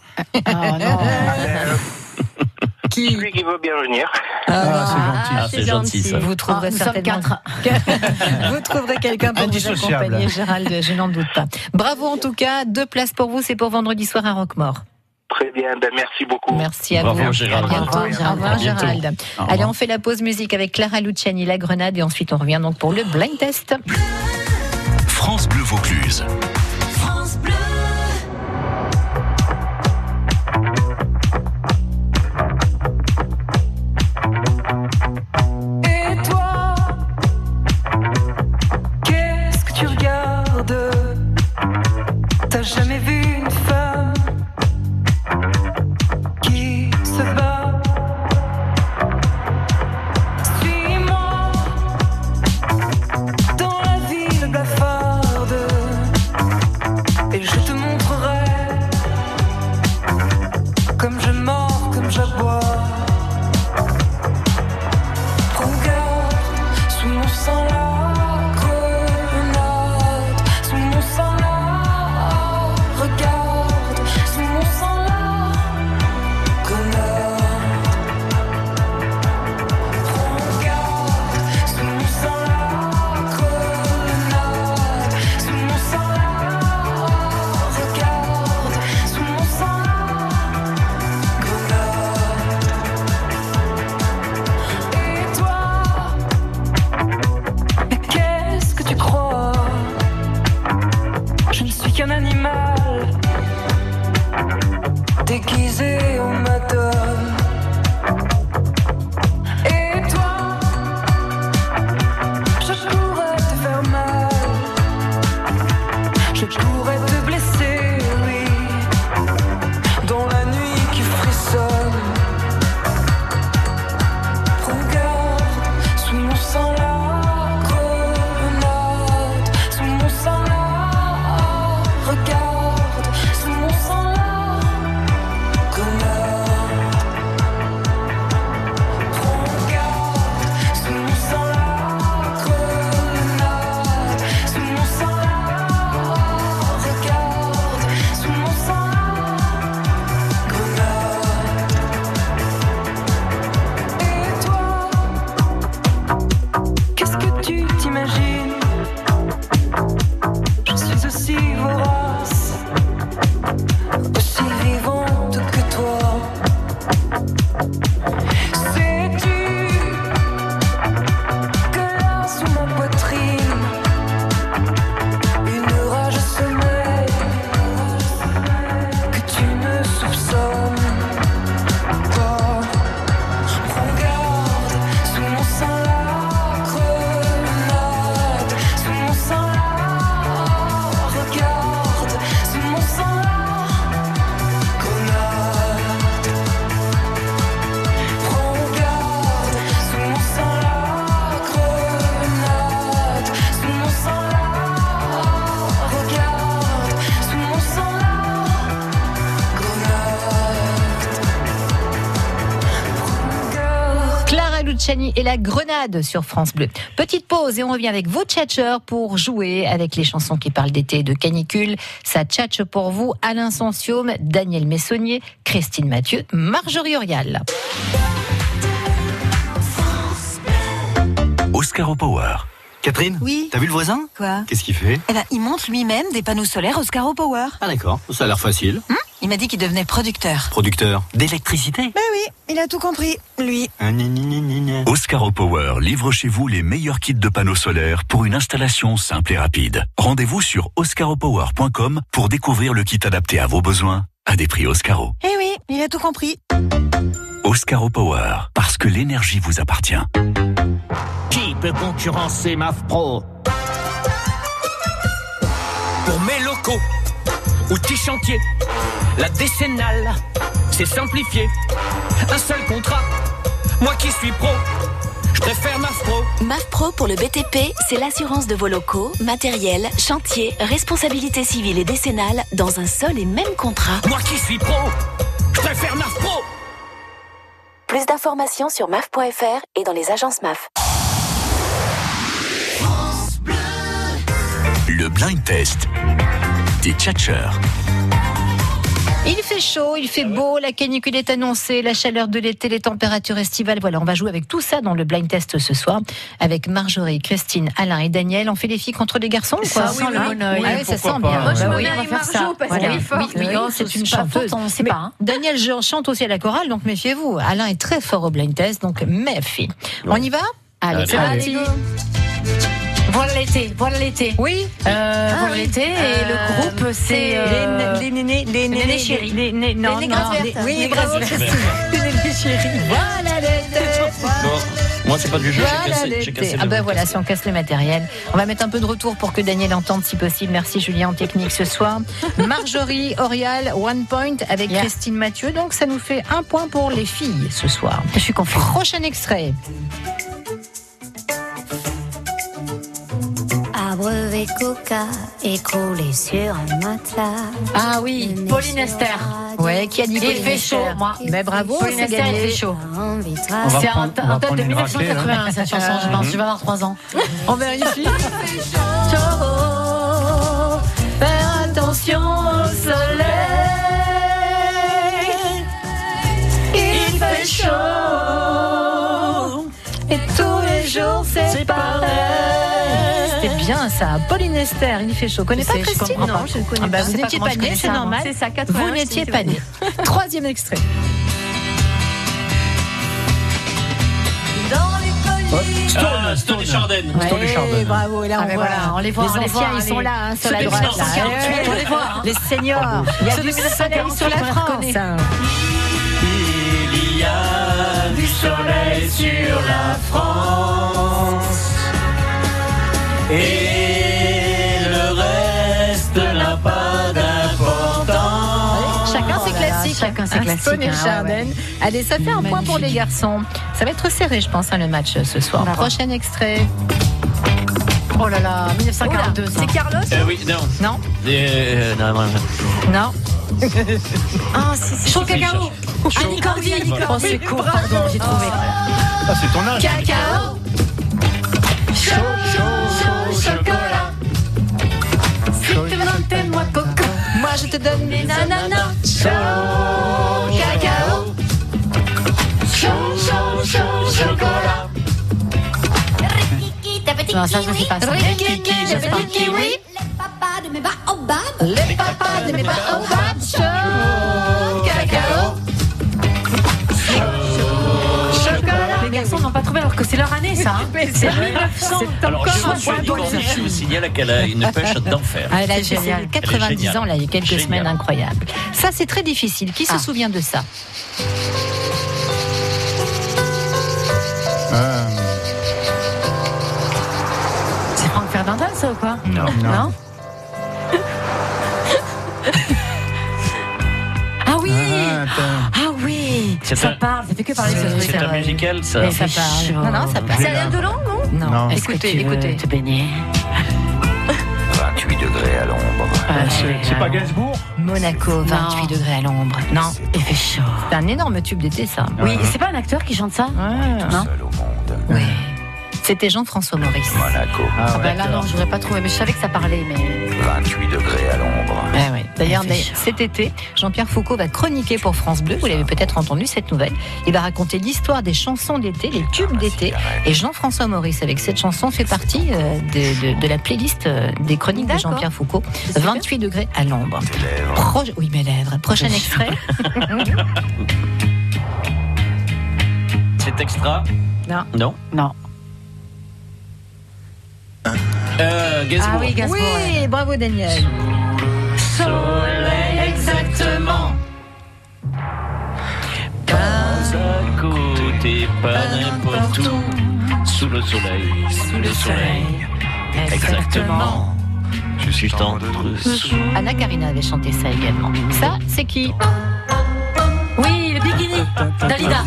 [SPEAKER 18] Celui qui veut bien venir.
[SPEAKER 12] Ah, c'est gentil, ça.
[SPEAKER 3] Vous trouverez
[SPEAKER 12] Ah, nous sommes
[SPEAKER 3] certainement... vous trouverez quelqu'un pour vous
[SPEAKER 12] Indissociable.
[SPEAKER 3] accompagner, Gérald, je n'en doute pas. Bravo en tout cas, deux places pour vous, c'est pour vendredi soir à Roquemort.
[SPEAKER 18] Très bien, ben merci beaucoup.
[SPEAKER 3] Merci à vous. À bientôt, Gérald. Au revoir, Gérald. Allez, on fait la pause musique avec Clara Luciani, la Grenade, et ensuite on revient donc pour le blind test.
[SPEAKER 1] France Bleu Vaucluse.
[SPEAKER 12] France Bleu.
[SPEAKER 19] Et toi, qu'est-ce que tu regardes T'as jamais vu une femme qui se bat Suis-moi dans la ville blafarde et je te montrerai comme je mords, comme j'aboie. Regarde sous mon sang la grenade, sous mon sang la regarde, sous mon sang la grenade. Regarde sous mon sang la grenade, sous mon sang la regarde, sous mon sang la grenade. Et toi, mais qu'est-ce que tu crois Je ne suis qu'un animal déguisé en madame. Et toi, je pourrais te faire mal, je pourrais te blesser, oui, dans la nuit qui frissonne. Regarde sous mon sang la grenade, sous mon sang la regarde, sous mon sang la grenade. Regarde sous mon sang la grenade, sous mon sang la regarde, sous mon sang la grenade. Et toi? Qu'est-ce que tu t'imagines Je suis aussi vorace, aussi vivante que toi. Sais-tu que là sous ma poitrine, une rage sommeille que tu ne soupçonnes pas Regarde sous mon sang la grenade, sous mon sang la regarde, sous mon sang la grenade. Regarde sous mon sang la grenade, sous mon sang la regarde, sous mon sang la grenade.
[SPEAKER 3] Clara Luciani et la Grenade sur France Bleu. Petite pause et on revient avec vos tchatcheurs pour jouer avec les chansons qui parlent d'été et de canicule. Ça tchatche pour vous Alain Sensium, Daniel Messonnier, Christine Mathieu, Marjorie Orial.
[SPEAKER 1] Oscar au Power.
[SPEAKER 16] Catherine
[SPEAKER 17] Oui.
[SPEAKER 16] T'as vu le voisin
[SPEAKER 17] Quoi
[SPEAKER 16] Qu'est-ce qu'il fait
[SPEAKER 17] Eh ben, il monte lui-même des panneaux solaires Oscar au Power.
[SPEAKER 16] Ah d'accord, ça a l'air facile.
[SPEAKER 17] Hum il m'a dit qu'il devenait producteur.
[SPEAKER 16] Producteur d'électricité
[SPEAKER 17] Ben oui, il a tout compris, lui.
[SPEAKER 1] Oscaro Power livre chez vous les meilleurs kits de panneaux solaires pour une installation simple et rapide. Rendez-vous sur oscaropower.com pour découvrir le kit adapté à vos besoins à des prix Oscaro.
[SPEAKER 17] Eh oui, il a tout compris.
[SPEAKER 1] Oscaro Power, parce que l'énergie vous appartient.
[SPEAKER 20] Qui peut concurrencer MAF Pro Pour mes locaux, outils chantiers, la décennale, c'est simplifié. Un seul contrat, moi qui suis pro, je préfère MAF Pro.
[SPEAKER 9] MAF Pro pour le BTP, c'est l'assurance de vos locaux, matériel, chantier, responsabilité civile et décennale dans un seul et même contrat.
[SPEAKER 20] Moi qui suis pro, je préfère MAF Pro.
[SPEAKER 9] Plus d'informations sur maf.fr et dans les agences MAF.
[SPEAKER 1] Le blind test des tchatcheurs.
[SPEAKER 3] Il fait chaud, il fait beau, la canicule est annoncée, la chaleur de l'été, les températures estivales. Voilà, on va jouer avec tout ça dans le blind test ce soir. Avec Marjorie, Christine, Alain et Daniel, on fait les filles contre les garçons ou quoi
[SPEAKER 5] Ça sent le monoeil.
[SPEAKER 3] Ah oui, ça
[SPEAKER 5] Pourquoi pas, hein.
[SPEAKER 3] sent bien.
[SPEAKER 5] Moi, je
[SPEAKER 3] Bah
[SPEAKER 5] me
[SPEAKER 3] oui,
[SPEAKER 5] mets
[SPEAKER 3] on va
[SPEAKER 5] avec
[SPEAKER 3] faire
[SPEAKER 5] Marjo
[SPEAKER 3] ça.
[SPEAKER 5] parce qu'elle est forte.
[SPEAKER 3] Oui, oui,
[SPEAKER 5] Oui,
[SPEAKER 3] c'est une
[SPEAKER 5] c'est pas
[SPEAKER 3] chanteuse.
[SPEAKER 5] forte, on sait
[SPEAKER 3] Mais
[SPEAKER 5] pas, hein.
[SPEAKER 3] Daniel Jean chante aussi à la chorale, donc méfiez-vous. Alain est très fort au blind test, donc méfiez. On y va
[SPEAKER 5] Allez, c'est parti. Voilà l'été, voilà l'été. Euh,
[SPEAKER 3] Oui.
[SPEAKER 5] voilà l'été et le groupe c'est euh,
[SPEAKER 3] les nénés, les
[SPEAKER 5] nénés
[SPEAKER 3] nénés
[SPEAKER 5] chéris.
[SPEAKER 3] Les nénés, non,
[SPEAKER 5] Les
[SPEAKER 3] non,
[SPEAKER 5] négrasses
[SPEAKER 3] les-
[SPEAKER 5] vertes.
[SPEAKER 3] Oui,
[SPEAKER 5] Les
[SPEAKER 3] bravo,
[SPEAKER 5] négrasses
[SPEAKER 3] Christine. Les nénés chéris. Voilà l'été.
[SPEAKER 7] Non, moi c'est pas du jeu, j'ai
[SPEAKER 3] Voilà
[SPEAKER 7] cassé, j'ai cassé
[SPEAKER 3] l'été.
[SPEAKER 7] le
[SPEAKER 3] Ah ben
[SPEAKER 7] mot.
[SPEAKER 3] voilà, si on casse le matériel. On va mettre un peu de retour pour que Daniel entende si possible. Merci Julien en technique ce soir. Marjorie Orial, one point avec Christine Mathieu. Donc ça nous fait un point pour les filles ce soir. Je suis confus. Prochain extrait.
[SPEAKER 6] Abreu et coca écroulé sur un matelas.
[SPEAKER 5] Ah oui, Pauline Esther.
[SPEAKER 3] Ouais, qui a dit
[SPEAKER 5] Il
[SPEAKER 3] Pauline
[SPEAKER 5] fait
[SPEAKER 3] Esther
[SPEAKER 5] chaud, moi.
[SPEAKER 3] Mais Eh, bravo,
[SPEAKER 5] Pauline
[SPEAKER 3] c'est
[SPEAKER 5] Esther, il
[SPEAKER 3] gagné. Ah,
[SPEAKER 5] fait chaud.
[SPEAKER 6] On va
[SPEAKER 5] C'est en,
[SPEAKER 6] prendre- on va
[SPEAKER 5] en date
[SPEAKER 6] prendre
[SPEAKER 5] de
[SPEAKER 6] une raclée, hein.
[SPEAKER 5] 1981 cette chanson, je pense.
[SPEAKER 6] Mhm.
[SPEAKER 5] Je vais avoir 3 ans.
[SPEAKER 3] On vérifie.
[SPEAKER 19] Faire attention au soleil. Il fait chaud.
[SPEAKER 3] Et tous les jours, c'est pareil. C'était bien ça. Pauline Esther, il fait chaud. Vous connaissez pas
[SPEAKER 5] Je sais, je
[SPEAKER 3] Christine
[SPEAKER 5] comprends pas. Ah bah,
[SPEAKER 3] vous
[SPEAKER 5] je sais pas
[SPEAKER 3] n'étiez
[SPEAKER 5] comment
[SPEAKER 3] pas
[SPEAKER 5] je
[SPEAKER 3] née,
[SPEAKER 5] connais
[SPEAKER 3] c'est
[SPEAKER 5] ça, moi.
[SPEAKER 3] normal.
[SPEAKER 5] C'est ça,
[SPEAKER 3] vous
[SPEAKER 5] 81,
[SPEAKER 3] n'étiez
[SPEAKER 5] c'est
[SPEAKER 3] pas
[SPEAKER 5] bon.
[SPEAKER 3] née. Troisième extrait.
[SPEAKER 19] Dans les colliers.
[SPEAKER 7] Ah, Stone et Chardenne.
[SPEAKER 3] Ouais, Eh, bravo, et là on
[SPEAKER 5] Ah, mais
[SPEAKER 3] voit.
[SPEAKER 5] voilà, on les voit, on les
[SPEAKER 3] anciens,
[SPEAKER 5] voit,
[SPEAKER 3] ils
[SPEAKER 5] les-
[SPEAKER 3] sont là, hein, sur
[SPEAKER 5] ceux
[SPEAKER 3] la
[SPEAKER 5] de
[SPEAKER 3] droite. là.
[SPEAKER 5] 1948,
[SPEAKER 3] Ouais,
[SPEAKER 5] on les voit, hein.
[SPEAKER 3] Les seniors. Il y a
[SPEAKER 5] Ceux de
[SPEAKER 3] du soleil sur la
[SPEAKER 5] 1948, on
[SPEAKER 3] France.
[SPEAKER 5] les
[SPEAKER 19] Il y a du soleil sur la France et le reste n'a pas d'importance.
[SPEAKER 3] Chacun ses
[SPEAKER 5] Oh là là,
[SPEAKER 3] classiques.
[SPEAKER 5] chacun ses
[SPEAKER 3] Hein,
[SPEAKER 5] classiques,
[SPEAKER 3] Stone et
[SPEAKER 5] hein, ouais,
[SPEAKER 3] Chardenne. Allez, ça fait un point pour les garçons. Ça va être serré, je pense, hein, le match euh, ce soir. Prochain extrait.
[SPEAKER 5] Oh là là, 1942. C'est
[SPEAKER 3] Carlos
[SPEAKER 7] Euh, oui, non.
[SPEAKER 3] Non.
[SPEAKER 7] Euh, non, non, non.
[SPEAKER 3] Non.
[SPEAKER 5] Ah, si, si. Chaud cacao. Annie Cordy. Oh, c'est court, pardon, j'ai trouvé.
[SPEAKER 12] Ah, c'est ton âge.
[SPEAKER 5] Cacao. Chaud, chaud, chaud, chocolat. Si tu me donnes tes noix de coco,
[SPEAKER 3] moi je te donne
[SPEAKER 5] mes nananas. Chaud, cacao. Chaud, chaud, chaud, chocolat. Non, ça, je ne sais pas. ça. Je sais pas.
[SPEAKER 6] Papa de mes baobabs.
[SPEAKER 3] Les papas de mes baobabs.
[SPEAKER 6] Chaud cacao.
[SPEAKER 5] Les garçons n'ont pas trouvé alors que c'est leur année, ça. hein. C'est 1900.
[SPEAKER 7] Alors, je
[SPEAKER 5] un
[SPEAKER 7] reçu
[SPEAKER 5] point
[SPEAKER 7] Annie
[SPEAKER 5] pour les
[SPEAKER 7] Cordy,
[SPEAKER 5] filles.
[SPEAKER 7] je vous signale qu'elle a une pêche d'enfer.
[SPEAKER 3] Ah, elle a
[SPEAKER 5] C'est
[SPEAKER 3] fait
[SPEAKER 5] génial.
[SPEAKER 3] ses 90
[SPEAKER 7] Elle est
[SPEAKER 3] ans, là, il y a quelques
[SPEAKER 7] géniale.
[SPEAKER 3] semaines, incroyable. Ça, c'est très difficile. Qui
[SPEAKER 5] Ah.
[SPEAKER 3] se souvient de ça
[SPEAKER 5] C'est Franck Ferdinand, ça ou quoi
[SPEAKER 12] Non. Non.
[SPEAKER 5] Ah oui
[SPEAKER 12] Ah, attends.
[SPEAKER 5] Ah oui
[SPEAKER 7] C'est
[SPEAKER 5] Ça
[SPEAKER 7] un-
[SPEAKER 5] parle, ça fait que parler de ce
[SPEAKER 7] C'est
[SPEAKER 5] truc.
[SPEAKER 7] c'est un musical, ça.
[SPEAKER 5] Mais ça parle. Non, non, ça parle.
[SPEAKER 7] C'est Alain
[SPEAKER 5] Delon, non
[SPEAKER 7] Non.
[SPEAKER 5] Est-ce que
[SPEAKER 7] Écoutez,
[SPEAKER 5] tu veux
[SPEAKER 7] écoutez.
[SPEAKER 5] te baigner
[SPEAKER 4] 28 degrés à l'ombre.
[SPEAKER 5] Ah, c'est- c'est pas
[SPEAKER 12] Gainsbourg
[SPEAKER 3] Monaco, 28 degrés à l'ombre. Non,
[SPEAKER 5] il fait chaud.
[SPEAKER 3] C'est un énorme tube d'été, ça.
[SPEAKER 5] Oui, et c'est pas un acteur qui chante ça
[SPEAKER 3] Non.
[SPEAKER 4] Seul au monde.
[SPEAKER 3] C'était Jean-François Maurice.
[SPEAKER 4] Monaco.
[SPEAKER 5] Ah bah là, non, je n'aurais pas trouvé, mais je savais que ça parlait, mais...
[SPEAKER 4] 28 degrés à l'ombre.
[SPEAKER 3] Ouais, Ah ouais. D'ailleurs, d'ailleurs, cet été, Jean-Pierre Foucault va chroniquer pour France Bleu. Vous l'avez peut-être entendu cette nouvelle. Il va raconter l'histoire des chansons d'été, les tubes d'été. Et Jean-François Maurice, avec cette chanson, fait partie euh, de, de- de la playlist euh, des chroniques de Jean-Pierre Foucault. 28 degrés à l'ombre. Proche- Oui, mes lèvres. Prochain extrait.
[SPEAKER 5] Oh,
[SPEAKER 7] C'est extra
[SPEAKER 3] Non.
[SPEAKER 7] Non.
[SPEAKER 5] Non.
[SPEAKER 7] Euh, Gainsbourg.
[SPEAKER 3] Oui, bravo Daniel.
[SPEAKER 19] Soleil exactement.
[SPEAKER 20] hein.
[SPEAKER 7] Pas à côté, pas n'importe où. Sous le soleil. Sous le soleil. Exactement. Je suis tendre sous.
[SPEAKER 3] Anna Karina avait chanté ça également. Ça, c'est qui Oui, le bikini.
[SPEAKER 5] Dalida.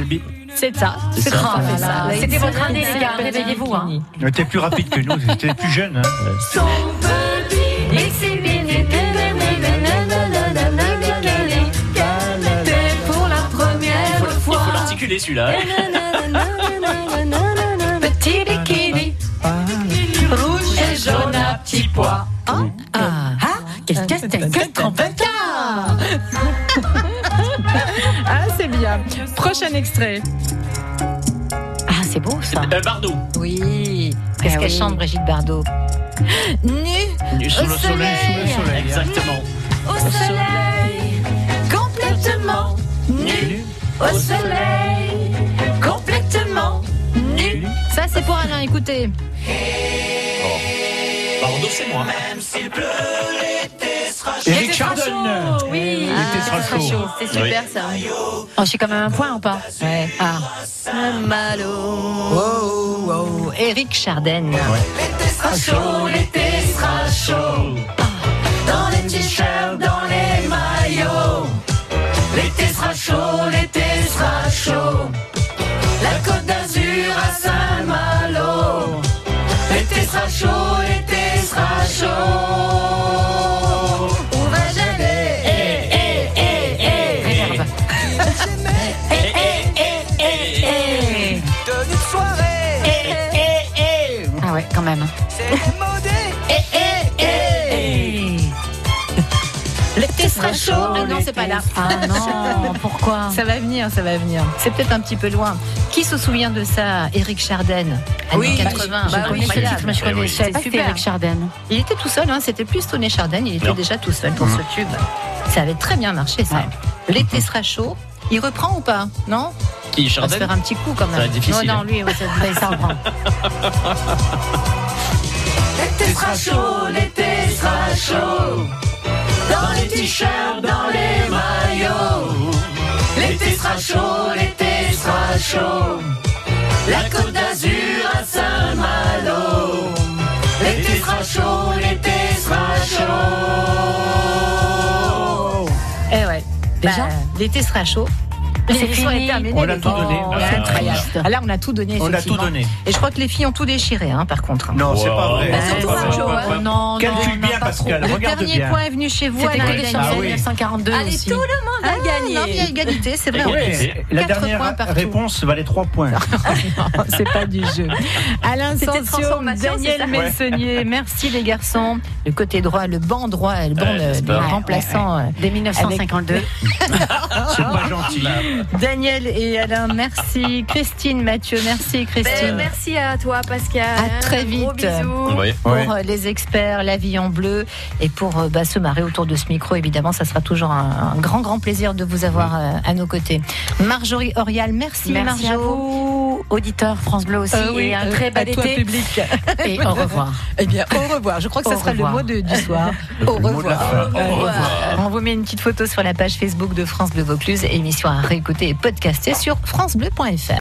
[SPEAKER 3] C'est ça.
[SPEAKER 5] C'est
[SPEAKER 3] C'est
[SPEAKER 5] ça.
[SPEAKER 3] ça.
[SPEAKER 5] Oh là là. C'était votre année, les gars, réveillez-vous, hein.
[SPEAKER 12] Mais T'es plus rapide que nous, t'es plus jeune. hein.
[SPEAKER 19] Son petit exhibinité. Pour la première
[SPEAKER 7] Il faut
[SPEAKER 19] fois.
[SPEAKER 7] l'articuler celui-là. hein.
[SPEAKER 19] Petit bikini, rouge et jaune à petits pois.
[SPEAKER 5] Ah, ah, ah, quelqu'un, quelqu'un, quelqu'un, quelqu'un.
[SPEAKER 21] Sylvia. Prochain extrait.
[SPEAKER 5] Ah, c'est beau ça.
[SPEAKER 12] Euh,
[SPEAKER 7] Bardot.
[SPEAKER 3] Oui. Qu'est-ce
[SPEAKER 5] Eh
[SPEAKER 3] qu'elle
[SPEAKER 5] oui.
[SPEAKER 3] chante, Brigitte Bardot Nu,
[SPEAKER 7] Nu
[SPEAKER 3] au
[SPEAKER 7] sous le soleil,
[SPEAKER 3] soleil,
[SPEAKER 7] sous le soleil. hein. Exactement.
[SPEAKER 3] au soleil, complètement nu, au soleil, complètement nu. Ça, c'est pour Alain, écoutez.
[SPEAKER 7] Bardot, c'est moi.
[SPEAKER 19] Eric
[SPEAKER 5] sera
[SPEAKER 19] Chardon.
[SPEAKER 5] chaud, Oui.
[SPEAKER 19] L'été sera chaud.
[SPEAKER 6] C'est super ça.
[SPEAKER 5] Oh, j'ai quand même un point ou pas
[SPEAKER 3] Ouais.
[SPEAKER 5] Ah.
[SPEAKER 3] Malo. Oh, oh, Eric Chardin.
[SPEAKER 19] L'été sera chaud, l'été sera chaud. Dans les t-shirts, dans les maillots. L'été sera chaud, l'été sera chaud. La côte d'Azur à Saint-Malo. L'été sera chaud, l'été sera chaud. On va geler. Eh, eh, eh, eh. Réserve. Eh, eh, eh, eh, eh. Tenue de soirée. Eh, eh, eh.
[SPEAKER 5] Ah ouais, quand même.
[SPEAKER 19] eh,
[SPEAKER 3] Eh,
[SPEAKER 21] L'été sera chaud. Ah non, c'est pas là.
[SPEAKER 5] Ah non, pourquoi
[SPEAKER 21] Ça va venir, ça va venir.
[SPEAKER 3] C'est peut-être un petit peu loin. Qui se souvient de ça Eric Chardin,
[SPEAKER 5] Oui,
[SPEAKER 3] années
[SPEAKER 5] bah,
[SPEAKER 3] 80.
[SPEAKER 5] je- bah oui,
[SPEAKER 3] incroyable.
[SPEAKER 5] ce titre, mais je connais- je savais pas que c'était Eric Chardin.
[SPEAKER 3] Il était tout seul, hein, c'était plus Tony Chardin, il était
[SPEAKER 5] Non.
[SPEAKER 3] déjà tout seul pour
[SPEAKER 5] Mhm.
[SPEAKER 7] Mm-hmm.
[SPEAKER 3] ce tube. Ça avait très bien marché, ça. L'été sera chaud. Il reprend ou pas Non
[SPEAKER 7] Qui,
[SPEAKER 3] On va se
[SPEAKER 7] Chardin
[SPEAKER 3] faire un petit coup quand même.
[SPEAKER 7] Ça va être difficile. hein.
[SPEAKER 3] Non, non, lui, ouais, ça, ça reprend.
[SPEAKER 19] L'été sera chaud, l'été sera chaud. Dans les t-shirts, dans les maillots. L'été sera chaud, l'été sera chaud. La côte d'Azur à Saint-Malo. L'été sera chaud, l'été sera chaud.
[SPEAKER 3] Eh ouais. Déjà L'été sera chaud. L'émission
[SPEAKER 21] fini.
[SPEAKER 3] est terminée.
[SPEAKER 21] On a
[SPEAKER 3] les
[SPEAKER 21] tout
[SPEAKER 3] filles.
[SPEAKER 21] donné.
[SPEAKER 3] Oh,
[SPEAKER 21] Voilà.
[SPEAKER 3] c'est incroyable. Ah, Là, on a tout donné.
[SPEAKER 12] On a tout
[SPEAKER 3] effectivement.
[SPEAKER 12] donné.
[SPEAKER 3] Et je crois que les filles ont tout déchiré, hein, par contre.
[SPEAKER 12] Non, c'est pas vrai.
[SPEAKER 3] Bah,
[SPEAKER 12] C'est
[SPEAKER 3] surtout
[SPEAKER 12] pas vrai.
[SPEAKER 3] Joe, hein.
[SPEAKER 12] Ouais.
[SPEAKER 3] Non,
[SPEAKER 12] Calcule
[SPEAKER 3] non,
[SPEAKER 12] bien,
[SPEAKER 3] non, pas
[SPEAKER 12] Pascal,
[SPEAKER 3] trop. Le
[SPEAKER 12] regarde
[SPEAKER 3] dernier
[SPEAKER 12] bien.
[SPEAKER 3] point est venu chez vous.
[SPEAKER 12] C'était
[SPEAKER 3] Alain
[SPEAKER 12] que des
[SPEAKER 3] Delon.
[SPEAKER 12] chansons Ah oui. 1942
[SPEAKER 3] Allez,
[SPEAKER 12] aussi.
[SPEAKER 3] tout le monde a gagné. Non, mais à Ah, égalité, c'est vrai. on
[SPEAKER 12] Ouais,
[SPEAKER 3] est-
[SPEAKER 12] La
[SPEAKER 3] quatre points
[SPEAKER 12] dernière
[SPEAKER 3] partout. Oh
[SPEAKER 12] réponse valait 3 points.
[SPEAKER 3] c'est pas du jeu. Alain
[SPEAKER 21] C'était
[SPEAKER 3] Sancio,
[SPEAKER 21] transformation, c'est ça
[SPEAKER 3] Daniel Messonnier, merci les garçons. Le côté droit, le banc droit, le banc
[SPEAKER 5] Ouais,
[SPEAKER 3] le-
[SPEAKER 5] c'est
[SPEAKER 3] le
[SPEAKER 5] pas-
[SPEAKER 3] remplaçant. euh,
[SPEAKER 5] Dès 1952.
[SPEAKER 12] C'est pas gentil.
[SPEAKER 3] Daniel et Alain, merci. Christine, Mathieu, merci Christine.
[SPEAKER 6] Ben, merci à toi, Pascal.
[SPEAKER 3] À très
[SPEAKER 6] Gros
[SPEAKER 3] vite
[SPEAKER 6] bisous.
[SPEAKER 7] Ouais.
[SPEAKER 3] pour
[SPEAKER 7] Ouais.
[SPEAKER 3] euh, les experts, la vie en bleu et pour euh, bah, se marrer autour de ce micro. Évidemment, ça sera toujours un, un grand, grand plaisir de vous avoir euh, à nos côtés. Marjorie Orial, merci,
[SPEAKER 5] Merci à
[SPEAKER 3] Marjo.
[SPEAKER 5] vous, auditeurs France Bleu aussi,
[SPEAKER 3] Euh, oui,
[SPEAKER 5] et un
[SPEAKER 3] euh,
[SPEAKER 5] très
[SPEAKER 3] à
[SPEAKER 5] bel
[SPEAKER 3] toi,
[SPEAKER 5] été.
[SPEAKER 3] public.
[SPEAKER 5] Et au revoir.
[SPEAKER 21] Eh bien, au revoir. Je crois que
[SPEAKER 3] Au
[SPEAKER 21] ce sera
[SPEAKER 3] revoir.
[SPEAKER 21] le mot de- du soir. au revoir.
[SPEAKER 3] Au revoir. On vous met une petite photo sur la page Facebook de France Bleu Vaucluse, émission à réécouter et podcaster sur francebleu.fr.